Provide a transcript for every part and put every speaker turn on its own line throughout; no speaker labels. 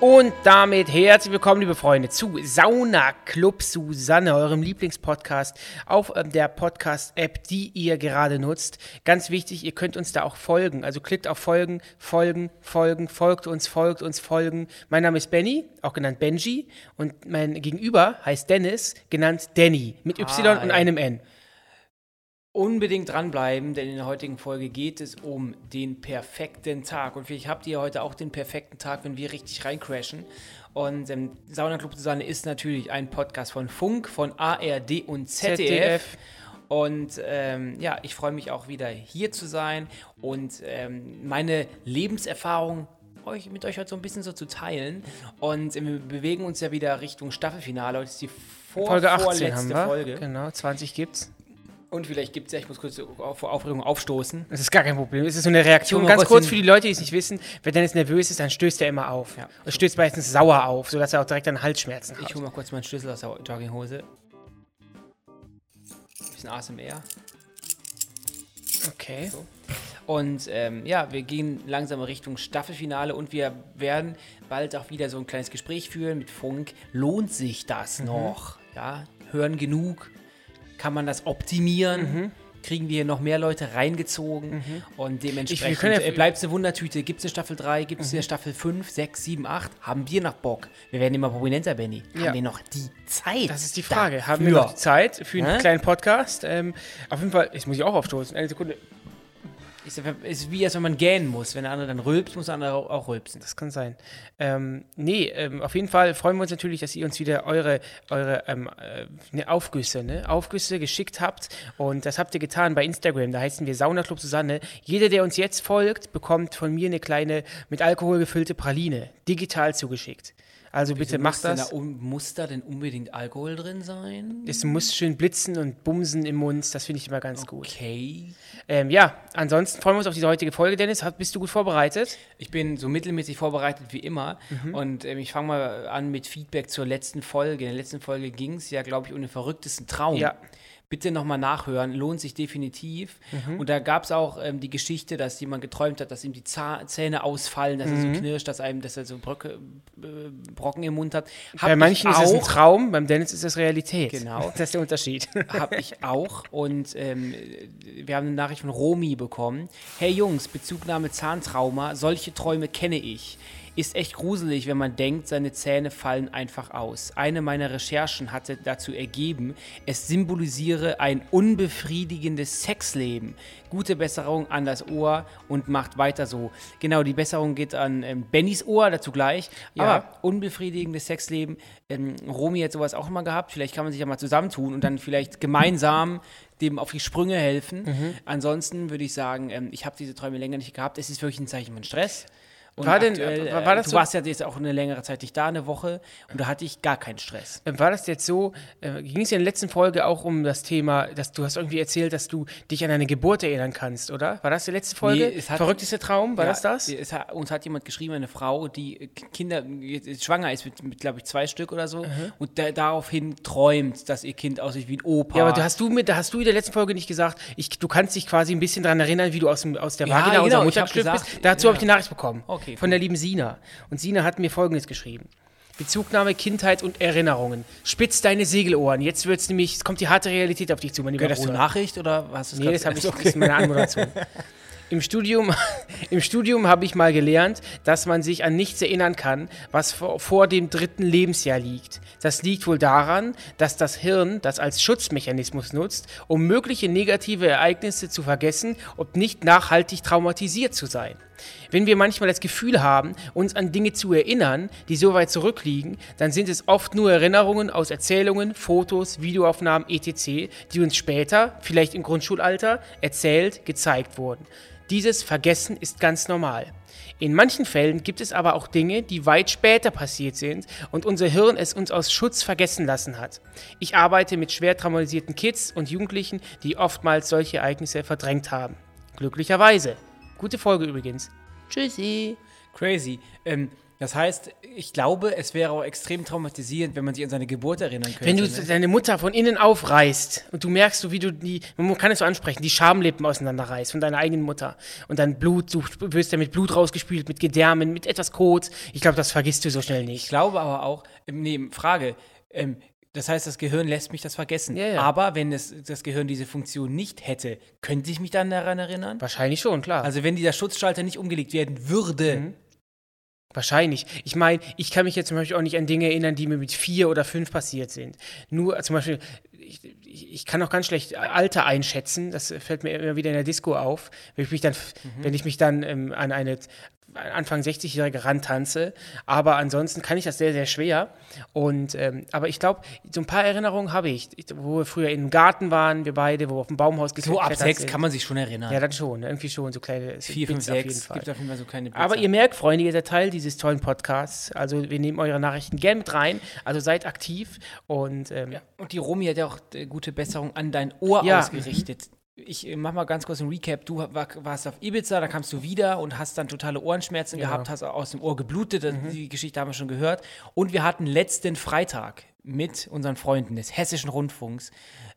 Und damit herzlich willkommen, liebe Freunde, zu Sauna Club Susanne, eurem Lieblingspodcast auf ähm, der Podcast-App, die ihr gerade nutzt. Ganz wichtig, ihr könnt uns da auch folgen. Also klickt auf Folgen, Folgen, Folgen, folgt uns, folgt uns, folgen. Mein Name ist Benny, auch genannt Benji, und mein Gegenüber heißt Dennis, genannt Danny, mit Y
Hi.
und einem N.
Unbedingt dranbleiben, denn in der heutigen Folge geht es um den perfekten Tag. Und vielleicht habt ihr heute auch den perfekten Tag, wenn wir richtig reincrashen. Und ähm, Sauna Club Susanne ist natürlich ein Podcast von Funk, von ARD und ZDF.
ZDF.
Und ähm, ja, ich freue mich auch wieder hier zu sein und ähm, meine Lebenserfahrung euch, mit euch heute so ein bisschen so zu teilen. Und ähm, wir bewegen uns ja wieder Richtung Staffelfinale. Heute ist die vor
Folge 18
vorletzte
haben wir.
Folge.
Genau, 20 gibt's.
Und vielleicht gibt es ja, ich muss kurz auf- vor Aufregung aufstoßen.
Das ist gar kein Problem. Es ist so eine Reaktion.
Junge,
Ganz
was
kurz
denn-
für die Leute, die es nicht wissen, wenn Dennis nervös ist, dann stößt er immer auf.
Ja.
Und stößt meistens sauer auf, sodass er auch direkt dann Halsschmerzen hat.
Ich hole mal kurz meinen Schlüssel aus der Jogginghose. Bisschen ASMR.
Okay.
Und ähm, ja, wir gehen langsam Richtung Staffelfinale und wir werden bald auch wieder so ein kleines Gespräch führen mit Funk. Lohnt sich das
Mhm.
noch? Ja, hören genug? Kann man das optimieren? Kriegen wir hier noch mehr Leute reingezogen? Und
Mhm. Ich- wir
dementsprechend
können ja- Mhm.
äh, bleibt es eine Wundertüte. Gibt es eine Staffel 3? Gibt es eine Staffel 5, 6, 7, 8? Haben wir noch Bock? Wir werden immer prominenter, Benny.
Ja.
Haben wir noch die Zeit?
Das ist die Frage. Haben wir noch die Zeit für einen
Hä?
kleinen Podcast? Ähm, auf jeden Fall, jetzt muss ich auch aufstoßen. Eine Sekunde.
Ist, ist wie, als wenn man gähnen muss. Wenn der andere dann rülpst, muss der andere auch auch rülpsen.
Das kann sein. Ähm, nee, ähm, auf jeden Fall freuen wir uns natürlich, dass ihr uns wieder eure, eure ähm, äh, ne, Aufgüsse, ne? Aufgüsse geschickt habt. Und das habt ihr getan bei Instagram. Da heißen wir Saunaclub Susanne. Jeder, der uns jetzt folgt, bekommt von mir eine kleine mit Alkohol gefüllte Praline. Digital zugeschickt. Also bitte macht
Muss denn
das.
Da, un- muss da denn unbedingt Alkohol drin sein?
Es muss schön blitzen und bumsen im Mund. Das finde ich immer ganz gut.
Okay.
Ähm, ja, ansonsten freuen wir uns auf diese heutige Folge, Dennis. Hat, bist du gut vorbereitet?
Ich bin so mittelmäßig vorbereitet wie immer.
Mhm.
Und ähm, ich fange mal an mit Feedback zur letzten Folge. In der letzten Folge ging es ja, glaube ich, um den verrücktesten Traum.
Ja.
Bitte nochmal nachhören, lohnt sich definitiv.
Mhm.
Und da gab es auch ähm, die Geschichte, dass jemand geträumt hat, dass ihm die Zah Zähne ausfallen, dass
Mhm.
er so knirscht, dass, einem, dass er so Bröcke, äh, Brocken im Mund hat. Hab
bei
ich
manchen ist es ein
auch.
Traum, beim Dennis ist es Realität.
Genau.
Das ist der Unterschied.
habe ich auch. Und ähm, wir haben eine Nachricht von Romy bekommen. Hey Jungs, Bezugnahme Zahntrauma, solche Träume kenne ich. Ist echt gruselig, wenn man denkt, seine Zähne fallen einfach aus. Eine meiner Recherchen hatte dazu ergeben, es symbolisiere ein unbefriedigendes Sexleben. Gute Besserung an das Ohr und macht weiter so. Genau, die Besserung geht an ähm, Bennys Ohr, dazu gleich.
Ja.
Aber unbefriedigendes Sexleben. Ähm, Romy hat sowas auch mal gehabt. Vielleicht kann man sich ja mal zusammentun und dann vielleicht gemeinsam dem auf die Sprünge helfen.
Mhm.
Ansonsten würde ich sagen, ähm, ich habe diese Träume länger nicht gehabt. Es ist wirklich ein Zeichen von Stress. Und
War denn- äh,
aktuell, äh,
war- war das
du
so-
warst ja jetzt auch eine längere Zeit nicht da, eine Woche, und da hatte ich gar keinen Stress.
War das jetzt so, äh, ging es ja in der letzten Folge auch um das Thema, dass du hast irgendwie erzählt, dass du dich an deine Geburt erinnern kannst, oder? War das die letzte Folge?
Nee, es hat-
Verrückteste Traum, war
Ja,
das das?
Es hat, uns hat jemand geschrieben, eine Frau, die äh, Kinder jetzt ist schwanger ist mit, mit glaube ich, zwei Stück oder so,
Mhm.
und da, daraufhin träumt, dass ihr Kind aussieht wie ein Opa.
Ja, aber da hast du mir, da hast du in der letzten Folge nicht gesagt, ich, du kannst dich quasi ein bisschen daran erinnern, wie du aus, dem, aus der
Ja,
Vagina
genau,
unserer
ich
Mutter
hab
geschlüpft bist.
gesagt,
Dazu habe ich
ja.
die Nachricht bekommen.
Okay,
Von der lieben Sina. Und Sina hat mir folgendes geschrieben. Bezugnahme, Kindheit und Erinnerungen. Spitz deine Segelohren. Jetzt wird's nämlich, es kommt die harte Realität auf dich zu, mein lieber
Gehört das zur
Bruder.
Nachricht oder was ist
Nee, das, hab ich, das ist meine Anmoderation. Im Studium, im Studium habe ich mal gelernt, dass man sich an nichts erinnern kann, was vor, vor dem dritten Lebensjahr liegt. Das liegt wohl daran, dass das Hirn das als Schutzmechanismus nutzt, um mögliche negative Ereignisse zu vergessen und nicht nachhaltig traumatisiert zu sein. Wenn wir manchmal das Gefühl haben, uns an Dinge zu erinnern, die so weit zurückliegen, dann sind es oft nur Erinnerungen aus Erzählungen, Fotos, Videoaufnahmen etc., die uns später, vielleicht im Grundschulalter, erzählt, gezeigt wurden. Dieses Vergessen ist ganz normal. In manchen Fällen gibt es aber auch Dinge, die weit später passiert sind und unser Hirn es uns aus Schutz vergessen lassen hat. Ich arbeite mit schwer traumatisierten Kids und Jugendlichen, die oftmals solche Ereignisse verdrängt haben. Glücklicherweise. Gute Folge übrigens.
Tschüssi. Crazy. Ähm, Das heißt, ich glaube, es wäre auch extrem traumatisierend, wenn man sich an seine Geburt erinnern könnte.
Wenn du
ne?
deine Mutter von innen aufreißt und du merkst, so wie du die, man kann es so ansprechen, die Schamlippen auseinanderreißt von deiner eigenen Mutter und dann Blut, du wirst ja mit Blut rausgespült, mit Gedärmen, mit etwas Kot. Ich glaube, das vergisst du so schnell
Ich
nicht.
glaube aber auch, ähm, nee, Frage, ähm, das heißt, das Gehirn lässt mich das vergessen.
Ja, ja.
Aber wenn es, das Gehirn diese Funktion nicht hätte, könnte ich mich dann daran erinnern?
Wahrscheinlich schon, klar.
Also wenn dieser Schutzschalter nicht umgelegt werden würde,
Mhm. Wahrscheinlich. Ich meine, ich kann mich jetzt zum Beispiel auch nicht an Dinge erinnern, die mir mit vier oder fünf passiert sind. Nur äh, zum Beispiel, ich, ich ich kann auch ganz schlecht äh, Alter einschätzen. Das äh, fällt mir immer wieder in der Disco auf. Wenn ich mich dann,
Mhm.
wenn ich mich dann ähm, an eine Anfang 60-Jährige rantanze. Aber ansonsten kann ich das sehr, sehr schwer. Und ähm, aber ich glaube, so ein paar Erinnerungen habe ich, Ich- wo wir früher im Garten waren, wir beide, wo wir auf dem Baumhaus
so ab sechs kann
man.
man sich schon erinnern.
Ja, dann schon. Irgendwie schon, so kleine
Vier, fünf,
Bits auf jeden
sechs,
Fall.
gibt auf jeden Fall so keine Blitze.
Aber ihr merkt, Freunde, ihr seid Teil dieses tollen Podcasts. Also wir nehmen eure Nachrichten gern mit rein. Also seid aktiv und ähm,
Und die Romy hat ja auch äh, gute Besserung an dein Ohr
Ja.
ausgerichtet. Ich äh, mach mal ganz kurz einen Recap. Du war, warst auf Ibiza, da kamst du wieder und hast dann totale Ohrenschmerzen
Genau.
gehabt, hast aus dem Ohr geblutet.
Mhm.
Das- Die Geschichte haben wir schon gehört. Und wir hatten letzten Freitag mit unseren Freunden des Hessischen Rundfunks.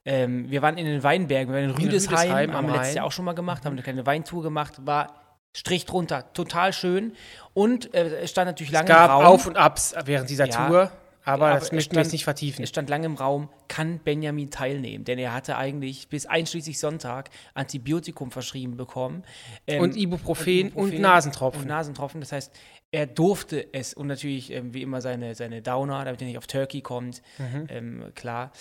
Ähm, wir waren in den Weinbergen, wir waren in Rüdesheim,
Rüdesheim am
haben wir letztes
Rhein.
Jahr auch schon mal gemacht, haben eine kleine Weintour gemacht, war Strich drunter, total schön. Und äh, es stand natürlich lange
gab
im Raum.
Auf und Abs während dieser
Ja.
Tour. Aber,
Aber
das
es
möchten wir
stand-
jetzt nicht vertiefen.
Es stand lange im Raum, kann Benjamin teilnehmen? Denn er hatte eigentlich bis einschließlich Sonntag Antibiotikum verschrieben bekommen. Ähm,
Und Ibuprofen und,
Ibuprofen
Nasentropfen.
Und Nasentropfen, das heißt, er durfte es und natürlich ähm, wie immer seine, seine Downer, damit er nicht auf Turkey kommt,
Mhm.
ähm, klar.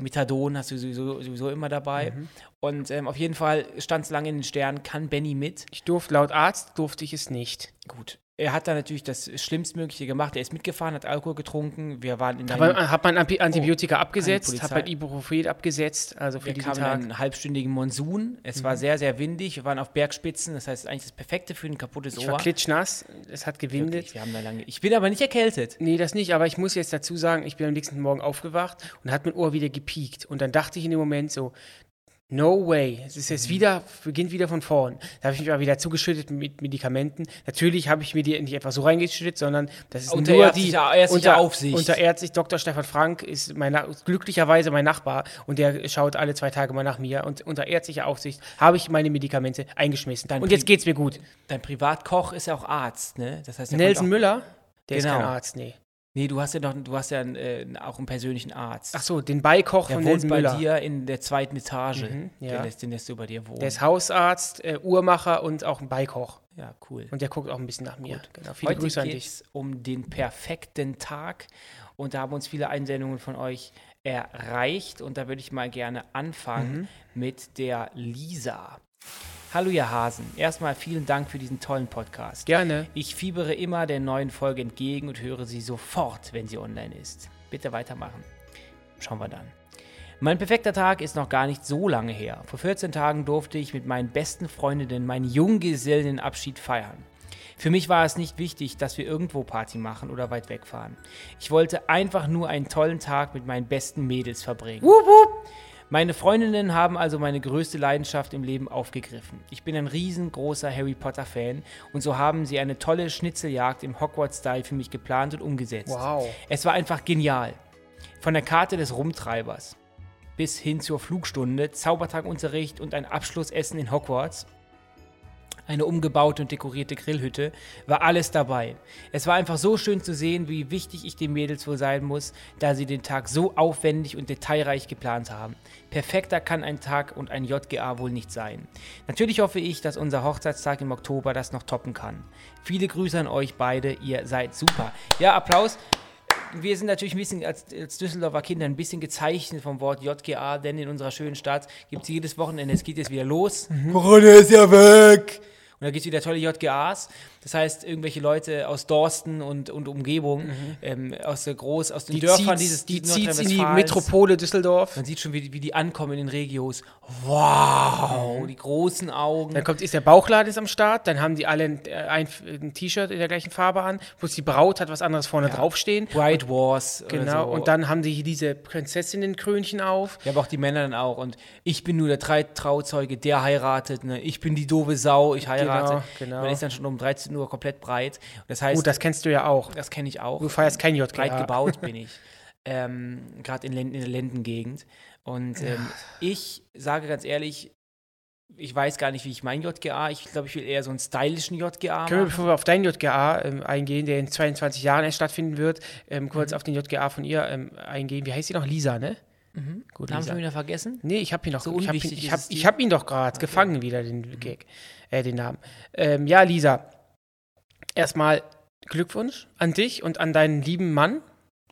Methadon hast du sowieso, sowieso immer dabei.
Mhm.
Und ähm, auf jeden Fall stand es lange in den Sternen, kann Benny mit?
ich durfte laut Arzt durfte ich es nicht.
Gut. Er hat dann natürlich das Schlimmstmögliche gemacht. Er ist mitgefahren, hat Alkohol getrunken. Wir waren in
Aber
einem-
äh, hat man Ampi- Antibiotika abgesetzt,
Oh, Polizei.
hat man Ibuprofen abgesetzt, also für
Wir
diesen
kamen
Tag. Mhm.
in einen halbstündigen Monsun. Es war sehr, sehr windig. Wir waren auf Bergspitzen. Das heißt, eigentlich das Perfekte für ein kaputtes
Ich
Ohr.
war klitschnass, es hat gewindet.
Wirklich, wir haben da lange. Ich bin aber nicht erkältet.
Nee, das nicht, aber ich muss jetzt dazu sagen, ich bin am nächsten Morgen aufgewacht und hat mein Ohr wieder gepiekt. Und dann dachte ich in dem Moment so, no way, es ist
Mhm.
jetzt wieder, beginnt wieder von vorn. Da habe ich mich aber wieder zugeschüttet mit Medikamenten. Natürlich habe ich mir die nicht einfach so reingeschüttet, sondern das ist
Unter
nur die
ärztlicher- ärztlicher
unter,
Aufsicht.
Unter ärztlich Dr. Stefan Frank ist mein, Na- glücklicherweise mein Nachbar und der schaut alle zwei Tage mal nach mir. Und unter ärztlicher Aufsicht habe ich meine Medikamente eingeschmissen.
Dann
und
Pri-
jetzt geht's mir gut.
Dein Privatkoch ist ja auch Arzt, ne? Das heißt, der
Nelson
kommt
Müller, der ist
Genau.
kein Arzt, nee.
auch, Nee, du hast ja noch, du hast ja einen, äh, auch einen persönlichen Arzt.
Ach so, den Beikoch
der
von
wohnt
Nelson
bei
Müller. Mhm,
dir in der zweiten Etage.
ja.
den, lässt, den lässt du bei dir wohnen.
Der ist Hausarzt, äh, Uhrmacher und auch ein Beikoch.
ja, cool.
Und der guckt auch ein bisschen nach mir. Genau, viele
Heute
Grüße an
geht
dich.
es um den perfekten Tag und da haben uns viele Einsendungen von euch erreicht und da würde ich mal gerne anfangen
Mhm.
mit der Lisa. Hallo ihr Hasen, erstmal vielen Dank für diesen tollen Podcast.
Gerne.
Ich fiebere immer der neuen Folge entgegen und höre sie sofort, wenn sie online ist. Bitte weitermachen. Schauen wir dann. Mein perfekter Tag ist noch gar nicht so lange her. Vor 14 Tagen durfte ich mit meinen besten Freundinnen meinen Junggesellenabschied feiern. Für mich war es nicht wichtig, dass wir irgendwo Party machen oder weit wegfahren. Ich wollte einfach nur einen tollen Tag mit meinen besten Mädels verbringen. Meine Freundinnen haben also meine größte Leidenschaft im Leben aufgegriffen. Ich bin ein riesengroßer Harry Potter-Fan und so haben sie eine tolle Schnitzeljagd im Hogwarts-Style für mich geplant und umgesetzt.
Wow.
Es war einfach genial. Von der Karte des Rumtreibers bis hin zur Flugstunde, Zaubertagunterricht und ein Abschlussessen in Hogwarts. Eine umgebaute und dekorierte Grillhütte war alles dabei. Es war einfach so schön zu sehen, wie wichtig ich den Mädels wohl sein muss, da sie den Tag so aufwendig und detailreich geplant haben. Perfekter kann ein Tag und ein JGA wohl nicht sein. Natürlich hoffe ich, dass unser Hochzeitstag im Oktober das noch toppen kann. Viele Grüße an euch beide, ihr seid super. Ja, Applaus. Wir sind natürlich ein bisschen als, als Düsseldorfer Kinder ein bisschen gezeichnet vom Wort JGA, denn in unserer schönen Stadt gibt es jedes Wochenende, es geht jetzt wieder los.
Mhm.
Corona ist ja weg! Und da gibt es wieder tolle JGAs. Das heißt, irgendwelche Leute aus Dorsten und, und Umgebung, ähm, aus der Groß, aus den
Mhm. Die
Dörfern
zieht's,
dieses
die
dieses
zieht's in die
Nordrhein-Westfalens.
Metropole Düsseldorf.
Man sieht schon, wie, die- wie die ankommen in den Regios. Wow! Die großen Augen.
Dann kommt, ist der Bauchladen ist am Start, dann haben die alle ein, äh, ein, ein T-Shirt in der gleichen Farbe an, plus die Braut hat was anderes vorne draufstehen.
Bride Wars.
Genau,
Oder so.
und dann haben die hier diese Prinzessinnenkrönchen auf.
Ja, aber auch die Männer dann auch. Und ich bin nur der Drei Trauzeuge, der heiratet. Ne? Ich bin die doofe Sau, ich heirate Rate.
genau.
Man ist dann schon um 13 Uhr komplett breit. Das heißt,
Gut, das kennst du ja auch.
das kenne ich auch.
Du feierst kein JKA.
breit gebaut bin ich. Ähm, Gerade in, Len- in der Lendengegend. Und ähm, ich sage ganz ehrlich, ich weiß gar nicht, wie ich mein JGA, ich glaube, ich will eher so einen stylischen JGA
Können wir,
machen.
bevor wir auf deinen JGA ähm, eingehen, der in 22 Jahren erst stattfinden wird, ähm, kurz auf den JGA von ihr ähm, eingehen. Wie heißt sie noch? Lisa, ne? Gut,
Haben wir
Lisa.
wieder vergessen?
Nee, ich habe ihn noch.
So
ich habe ihn,
unwichtig
ich
ist
hab,
es dir. Mhm.
ich hab ihn doch gerade gefangen wieder, den Gag, äh, den Namen. Ähm, ja, Lisa. Erstmal Glückwunsch an dich und an deinen lieben Mann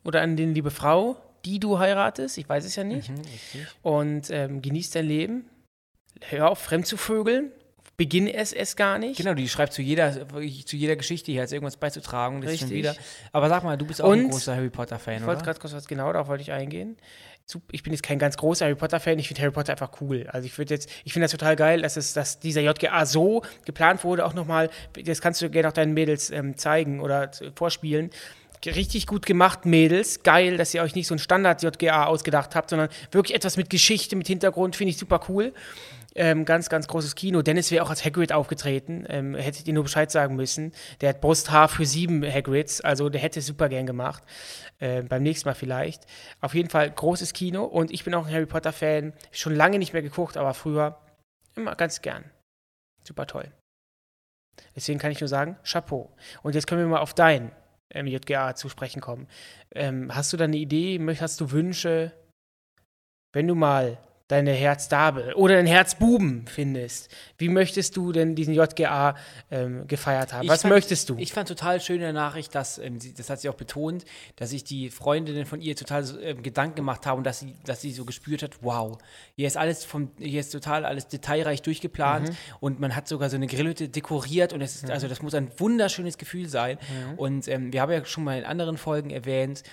oder an den liebe Frau, die du heiratest. Ich weiß es
Mhm,
ja nicht. Und ähm, genieß dein Leben. Hör auf, fremd zu vögeln. Beginne es es gar nicht.
Genau, die schreibt zu jeder, zu jeder Geschichte hier, jetzt irgendwas beizutragen. und Das ist schon
Richtig.
wieder. Aber sag mal, du bist auch ein
Und-
großer Harry Potter-Fan,
Ich wollte
oder?
gerade kurz was genau, darauf wollte ich eingehen. Zu- Ich bin jetzt kein ganz großer Harry Potter-Fan, ich finde Harry Potter einfach cool. Also ich würde jetzt, ich finde das total geil, dass, es, dass dieser JGA so geplant wurde, auch nochmal, das kannst du gerne auch deinen Mädels ähm, zeigen oder z- vorspielen. G- Richtig gut gemacht, Mädels. Geil, dass ihr euch nicht so ein Standard-JGA ausgedacht habt, sondern wirklich etwas mit Geschichte, mit Hintergrund, finde ich super cool. Ähm, ganz, ganz großes Kino. Dennis wäre auch als Hagrid aufgetreten. Ähm, hättet ihr nur Bescheid sagen müssen. Der hat Brusthaar für sieben Hagrids, also der hätte es super gern gemacht. Ähm, beim nächsten Mal vielleicht. Auf jeden Fall großes Kino und ich bin auch ein Harry Potter-Fan. Schon lange nicht mehr geguckt, aber früher immer ganz gern. Super toll. Deswegen kann ich nur sagen, Chapeau. Und jetzt können wir mal auf dein ähm, JGA zu sprechen kommen. Ähm, hast du da eine Idee? Möcht- Hast du Wünsche? Wenn du mal deine Herzdame oder dein Herzbuben findest, wie möchtest du denn diesen JGA ähm, gefeiert haben?
Ich
Was
fand-
möchtest du?
Ich fand total schöne Nachricht, dass, ähm, sie, das hat sie auch betont, dass sich die Freundinnen von ihr total so, ähm, Gedanken gemacht haben und dass sie, dass sie so gespürt hat, wow, hier ist alles vom, hier ist total alles detailreich durchgeplant und man hat sogar so eine Grillhütte dekoriert und es ist, also das muss ein wunderschönes Gefühl sein. Und ähm, wir haben ja schon mal in anderen Folgen erwähnt,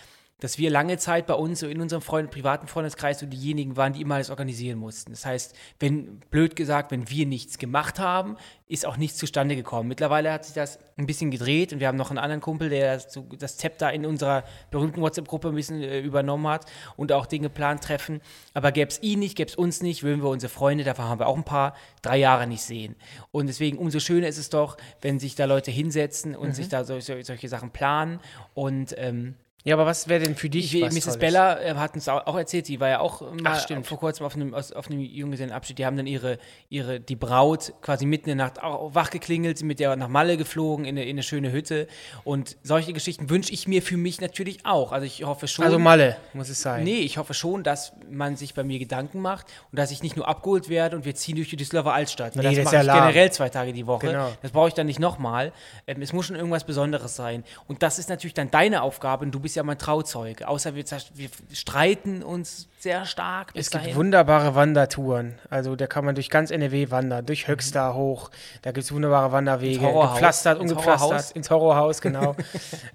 dass wir lange Zeit bei uns so in unserem Freund, privaten Freundeskreis so diejenigen waren, die immer alles organisieren mussten. Das heißt, wenn, blöd gesagt, wenn wir nichts gemacht haben, ist auch nichts zustande gekommen. Mittlerweile hat sich das ein bisschen gedreht und wir haben noch einen anderen Kumpel, der das, so- das Zepter in unserer berühmten WhatsApp-Gruppe ein bisschen äh, übernommen hat und auch Dinge geplant treffen. Aber gäbe es ihn nicht, gäbe es uns nicht, würden wir unsere Freunde, davon haben wir auch ein paar, drei Jahre nicht sehen. Und deswegen umso schöner ist es doch, wenn sich da Leute hinsetzen und sich da so, so, solche Sachen planen und ähm,
ja, aber was wäre denn für dich?
ich,
was
Mrs.
Tolles?
Bella äh, hat uns au- auch erzählt, sie war ja auch mal
stimmt.
vor kurzem auf einem, aus, auf einem Junggesellenabschied. Die haben dann ihre, ihre, die Braut quasi mitten in der Nacht auch wach geklingelt, sind mit der nach Malle geflogen, in eine, in eine schöne Hütte. Und solche Geschichten wünsche ich mir für mich natürlich auch. Also ich hoffe schon.
Also Malle, muss es sein.
Nee, ich hoffe schon, dass man sich bei mir Gedanken macht und dass ich nicht nur abgeholt werde und wir ziehen durch die Düsseldorfer Altstadt. Weil
Nee, das ist
das mache
ja
ich
lahm.
generell zwei Tage die Woche.
Genau.
Das brauche ich dann nicht nochmal. Ähm, es muss schon irgendwas Besonderes sein. Und das ist natürlich dann deine Aufgabe und du bist ja mein Trauzeuge. Außer wir, zers- wir streiten uns sehr stark. bis
Es gibt
dahin.
wunderbare Wandertouren. Also da kann man durch ganz NRW wandern, durch Höxter hoch. Da gibt es wunderbare Wanderwege.
Mhm. Ins Horrorhaus.
gepflastert,
Ins
ungepflastert.
Horrorhaus.
Ins Horrorhaus, genau.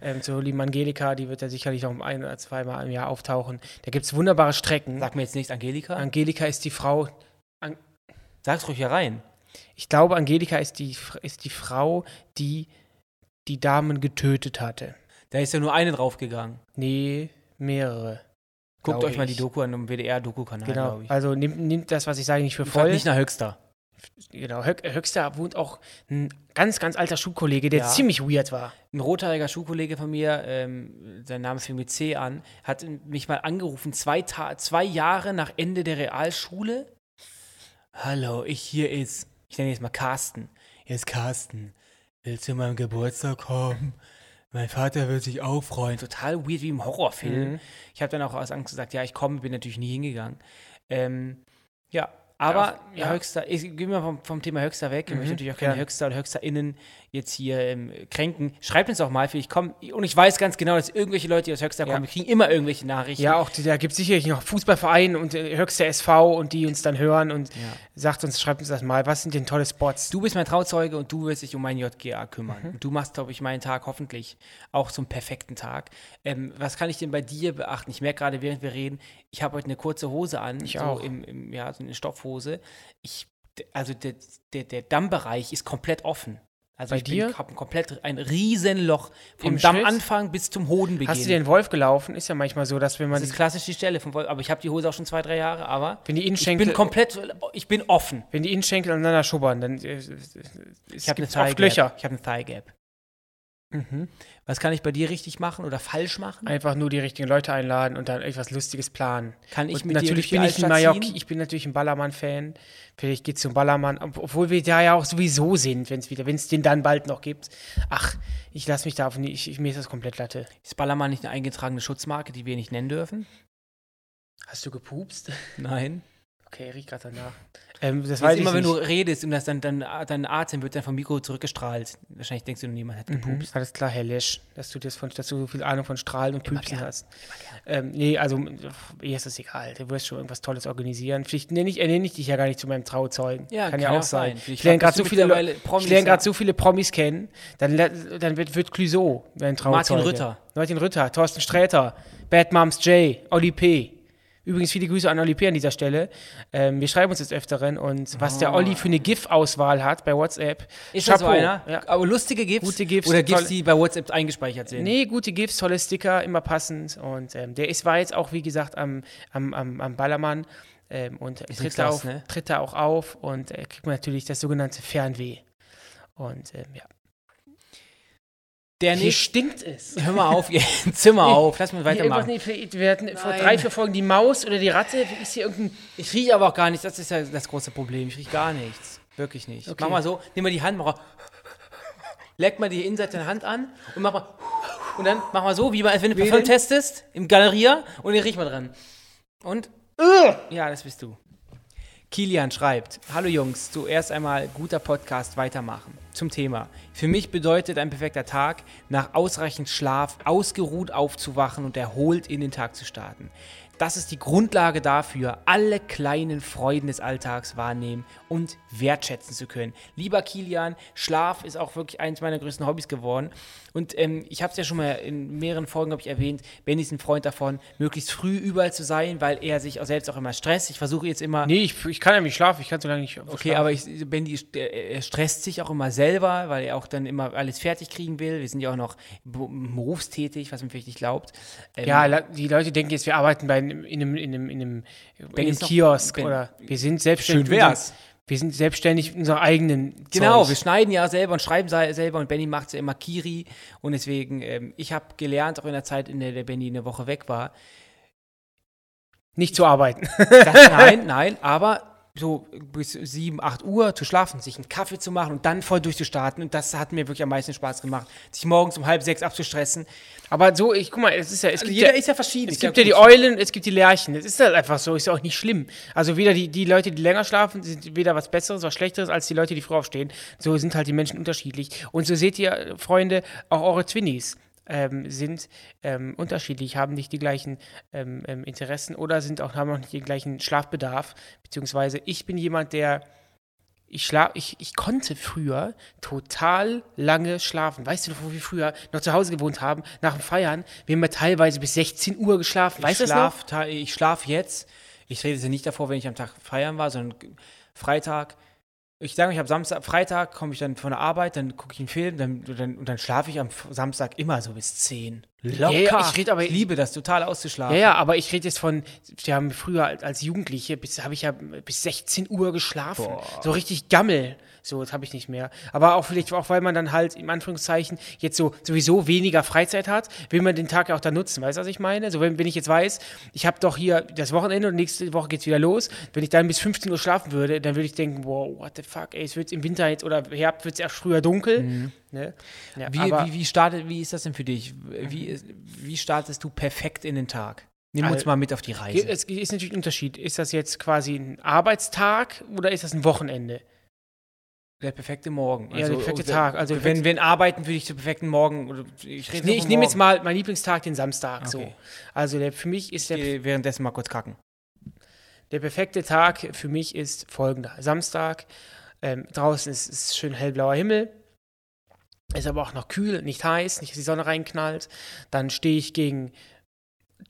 ähm, zur lieben Angelika, die wird ja sicherlich noch um ein oder zweimal im Jahr auftauchen. Da gibt es wunderbare Strecken.
Sag mir jetzt nichts, Angelika.
Angelika ist die Frau,
Sag's ruhig hier rein.
ich glaube, Angelika ist die, Fr- ist die Frau, die die Damen getötet hatte.
Da ist ja nur eine draufgegangen.
Nee, mehrere.
Guckt
Glaub
euch mal die
ich.
Doku an, im WDR-Doku-Kanal,
Genau.
glaube ich.
Also nimmt, nimmt das, was ich sage, nicht für
Die fährt
voll.
Nicht nach Höxter.
Genau, Höck- Höxter wohnt auch ein ganz, ganz alter Schulkollege, der
Ja.
ziemlich weird war.
ein rothaariger Schulkollege von mir, ähm, sein Name fing mit C an, hat mich mal angerufen, zwei, Ta zwei Jahre nach Ende der Realschule. Hallo, ich hier ist, ich nenne jetzt mal Carsten. Hier ist Carsten. Willst du zu meinem Geburtstag kommen? Mein Vater wird sich auch freuen. Total weird wie im Horrorfilm.
Mhm.
Ich habe dann auch aus Angst gesagt, ja, ich komme, bin natürlich nie hingegangen. Ähm, ja, aber
Ja, ja.
Höchster, ich, gehen wir mal vom, vom Thema Höchster weg. Ich möchte natürlich auch keine
ja.
Höchster oder HöchsterInnen jetzt hier ähm, kränken. Schreibt uns auch mal, vielleicht kommen, und ich weiß ganz genau, dass irgendwelche Leute, die aus Höchster kommen, wir kriegen immer irgendwelche Nachrichten.
Ja, auch die, da gibt es sicherlich noch Fußballvereine und äh, Höxter SV und die uns dann hören und sagt uns, schreibt uns das mal, was sind denn tolle Spots?
Du bist mein Trauzeuge und du wirst dich um meinen JGA kümmern.
Mhm.
Und du machst, glaube ich, meinen Tag hoffentlich auch zum perfekten Tag. Ähm, was kann ich denn bei dir beachten? Ich merke gerade, während wir reden, ich habe heute eine kurze Hose an. Ich so
auch.
Im, im, ja, so eine Stoffhose. Ich, d- also der, der, der Dammbereich ist komplett offen. Also
Bei
ich
dir?
habe komplett ein Riesenloch vom
Im
Dammanfang bis zum Hodenbeginn.
Hast du den Wolf gelaufen? Ist ja manchmal so, dass wenn man
das ist klassisch die Stelle vom Wolf, aber ich habe die Hose auch schon zwei, drei Jahre, aber
Wenn die
ich
Innenschenkel-
bin komplett, ich bin offen.
wenn die Innenschenkel aneinander schubbern, dann äh,
Ich habe eine Thigh
oft
Gap.
Löcher.
Ich habe eine Thigh Gap. Mhm. Was kann ich bei dir richtig machen oder falsch machen?
Einfach nur die richtigen Leute einladen und dann irgendwas Lustiges planen.
Kann ich
und
mit dir durch
natürlich
die
bin ich ein
Altstadt
Mallorca,
ziehen?
ich bin natürlich ein Ballermann-Fan. Vielleicht geht's zum Ballermann, ob- obwohl wir da ja auch sowieso sind, wenn es wieder, wenn es den dann bald noch gibt. Ach, ich lasse mich da auf nie, ich, ich, mir ist das komplett Latte.
Ist Ballermann nicht eine eingetragene Schutzmarke, die wir nicht nennen dürfen?
Hast du gepupst?
Nein.
Okay, riech gerade danach. Ähm, das
Das
weiß ich
immer, wenn
nicht.
du redest und das dann, dann, ah, dein Atem wird dann vom Mikro zurückgestrahlt. Wahrscheinlich denkst du, niemand hat
Mhm.
gepupst.
Alles klar, Herr Lesch, dass du, das von, dass du so viel Ahnung von Strahlen und Pupsen
gern,
hast. Ähm, nee, also pff, mir ist das egal. Du wirst schon irgendwas Tolles organisieren. Vielleicht nenne ich, ernenne ich dich ja gar nicht zu meinem Trauzeugen.
Ja,
kann ja auch sein.
Vielleicht
Ich lerne
bist
gerade
du
so, viele
mittlerweile
Leu-
Promis,
ich lerne grad
ja.
so viele Promis kennen. Dann, le- dann wird, wird Clouseau dein Trauzeuge.
Rütter.
Martin Rütter, Thorsten Sträter, Bad Moms J, Oli P. Übrigens viele Grüße an Oli P. an dieser Stelle. Ähm, wir schreiben uns jetzt öfteren und was der Olli für eine GIF-Auswahl hat bei WhatsApp.
Ah. Ist das so
Chapeau.
einer?
Ja.
Aber lustige GIFs?
Gute GIFs,
Oder GIFs,
toll-
die bei WhatsApp eingespeichert sind?
Nee, gute Gifts, tolle Sticker, immer passend. Und ähm, der ist, war jetzt auch, wie gesagt, am, am, am, am Ballermann ähm, und tritt, da
Niklas,
auf,
ne?
tritt da auch auf und äh, kriegt man natürlich das sogenannte Fernweh. Und ähm, ja.
Der
Hier
nicht.
stinkt es.
Hör mal auf, ihr Zimmer auf. Lass mal
Hier irgendwas
weitermachen.
nicht, wir hatten vor
Nein.
drei, vier Folgen die Maus oder die Ratte. Ist hier irgendein.
Ich rieche aber auch gar nichts. Das ist ja das große Problem. Ich rieche gar nichts. Wirklich nicht.
Okay.
Mach mal so, nimm mal die Hand, mach mal. Leck mal die Innenseite der Hand an und mach mal. Und dann mach mal so, wie man, als wenn du Parfum
denn?
testest im Galeria und dann riech mal dran. Und. Ja, das bist du. Kilian schreibt: Hallo Jungs, zuerst einmal guter Podcast weitermachen. Zum Thema. Für mich bedeutet ein perfekter Tag, nach ausreichend Schlaf ausgeruht aufzuwachen und erholt in den Tag zu starten. Das ist die Grundlage dafür, alle kleinen Freuden des Alltags wahrnehmen und wertschätzen zu können. Lieber Kilian, Schlaf ist auch wirklich eins meiner größten Hobbys geworden. Und ähm, ich habe es ja schon mal in mehreren Folgen, glaube ich, erwähnt. Benny ist ein Freund davon, möglichst früh überall zu sein, weil er sich auch selbst auch immer stresst. Ich versuche jetzt immer.
Nee, ich, ich kann ja nicht schlafen, ich kann so lange nicht.
Okay, aber ich, Bendy, er er stresst sich auch immer selber, weil er auch dann immer alles fertig kriegen will. Wir sind ja auch noch be- berufstätig, was man vielleicht nicht glaubt. Ähm,
Ja, la- die Leute denken jetzt, wir arbeiten bei einem, in einem, in einem, in einem, in einem
ist noch-
Kiosk
Ben-
oder wir sind selbstständig.
Schön wär's.
unser- Wir sind selbstständig in unserer eigenen
Genau, wir
Zeug.
schneiden ja selber und schreiben sei- selber und Benny macht ja immer Kiri. Und deswegen, ähm, ich habe gelernt, auch in der Zeit, in der der Benny eine Woche weg war.
nicht zu arbeiten.
Das, nein, nein, aber so bis 7, 8 Uhr zu schlafen, sich einen Kaffee zu machen und dann voll durchzustarten. Und das hat mir wirklich am meisten Spaß gemacht, sich morgens um halb sechs abzustressen.
Aber so, ich guck mal, es ist ja, es
Also
gibt ja,
ja verschieden.
es gibt ja die Eulen, es gibt die Lerchen. Es ist halt einfach so, ist ja auch nicht schlimm. Also weder die, die Leute, die länger schlafen, sind weder was Besseres, was Schlechteres als die Leute, die früh aufstehen. So sind halt die Menschen unterschiedlich. Und so seht ihr, äh, Freunde, auch eure Twinnies. Ähm, sind ähm, unterschiedlich, haben nicht die gleichen ähm, ähm, Interessen oder sind auch, haben auch nicht den gleichen Schlafbedarf. Beziehungsweise ich bin jemand, der ich, schla ich, ich konnte früher total lange schlafen. Weißt du noch, wo wir früher noch zu Hause gewohnt haben, nach dem Feiern? Wir haben ja teilweise bis 16 Uhr geschlafen.
Ich
Weißt du das noch?
schlaf, ta- Ich schlafe jetzt. Ich rede jetzt ja nicht davor, wenn ich am Tag feiern war, sondern g- Freitag. Ich sage, ich habe Samstag, Freitag komme ich dann von der Arbeit, dann gucke ich einen Film dann, dann, und dann schlafe ich am F- Samstag immer so bis 10. Locker.
ja, ich
ich,
red aber-
liebe das total auszuschlafen.
Ja, ja, aber ich rede jetzt von, wir haben früher als, als Jugendliche, bis habe ich ja bis 16 Uhr geschlafen. So richtig Gammel. So, das habe ich nicht mehr. Aber auch vielleicht, auch weil man dann halt, in Anführungszeichen, jetzt so sowieso weniger Freizeit hat, will man den Tag ja auch dann nutzen. Weißt du, was ich meine? So, wenn, wenn ich jetzt weiß, ich habe doch hier das Wochenende und nächste Woche geht's wieder los. Wenn ich dann bis 15 Uhr schlafen würde, dann würde ich denken, wow, what the fuck, ey, es wird im Winter jetzt oder Herbst wird es erst früher dunkel. Ne? Ja,
Mhm. Wie,
aber-
wie, wie, startet, wie ist das denn für dich? Wie, ist- wie startest du perfekt in den Tag? Nimm uns
Also,
mal mit auf die
Ge-
Reise.
Es ist natürlich ein Unterschied. Ist das jetzt quasi ein Arbeitstag oder ist das ein Wochenende?
Der perfekte Morgen.
Ja, der perfekte Tag. Also
wenn, wenn arbeiten würde ich zum perfekten Morgen. oder- Ich, rede
Nee,
nur
ich
vom
nehme jetzt
Morgen.
mal meinen Lieblingstag, den Samstag. So.
Okay.
Also der, für mich ist der,
Geh währenddessen mal kurz kacken.
der perfekte Tag für mich ist folgender. Samstag, ähm, draußen ist, ist schön hellblauer Himmel, ist aber auch noch kühl, nicht heiß, nicht dass die Sonne reinknallt. Dann stehe ich gegen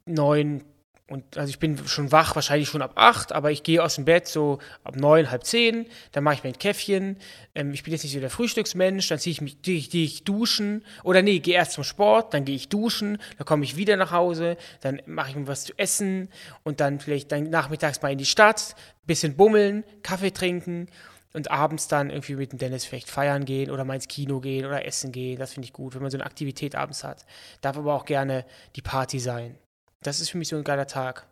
neun, Und also ich bin schon wach, wahrscheinlich schon ab acht, aber ich gehe aus dem Bett so ab neun, halb zehn, dann mache ich mir ein Käffchen. Ähm, ich bin jetzt nicht so der Frühstücksmensch, dann ziehe ich mich, gehe ich, gehe ich duschen. Oder nee, gehe erst zum Sport, dann gehe ich duschen, dann komme ich wieder nach Hause, dann mache ich mir was zu essen und dann vielleicht dann nachmittags mal in die Stadt, bisschen bummeln, Kaffee trinken und abends dann irgendwie mit dem Dennis vielleicht feiern gehen oder mal ins Kino gehen oder essen gehen. Das finde ich gut, wenn man so eine Aktivität abends hat. Darf aber auch gerne die Party sein. Das ist für mich so ein geiler Tag.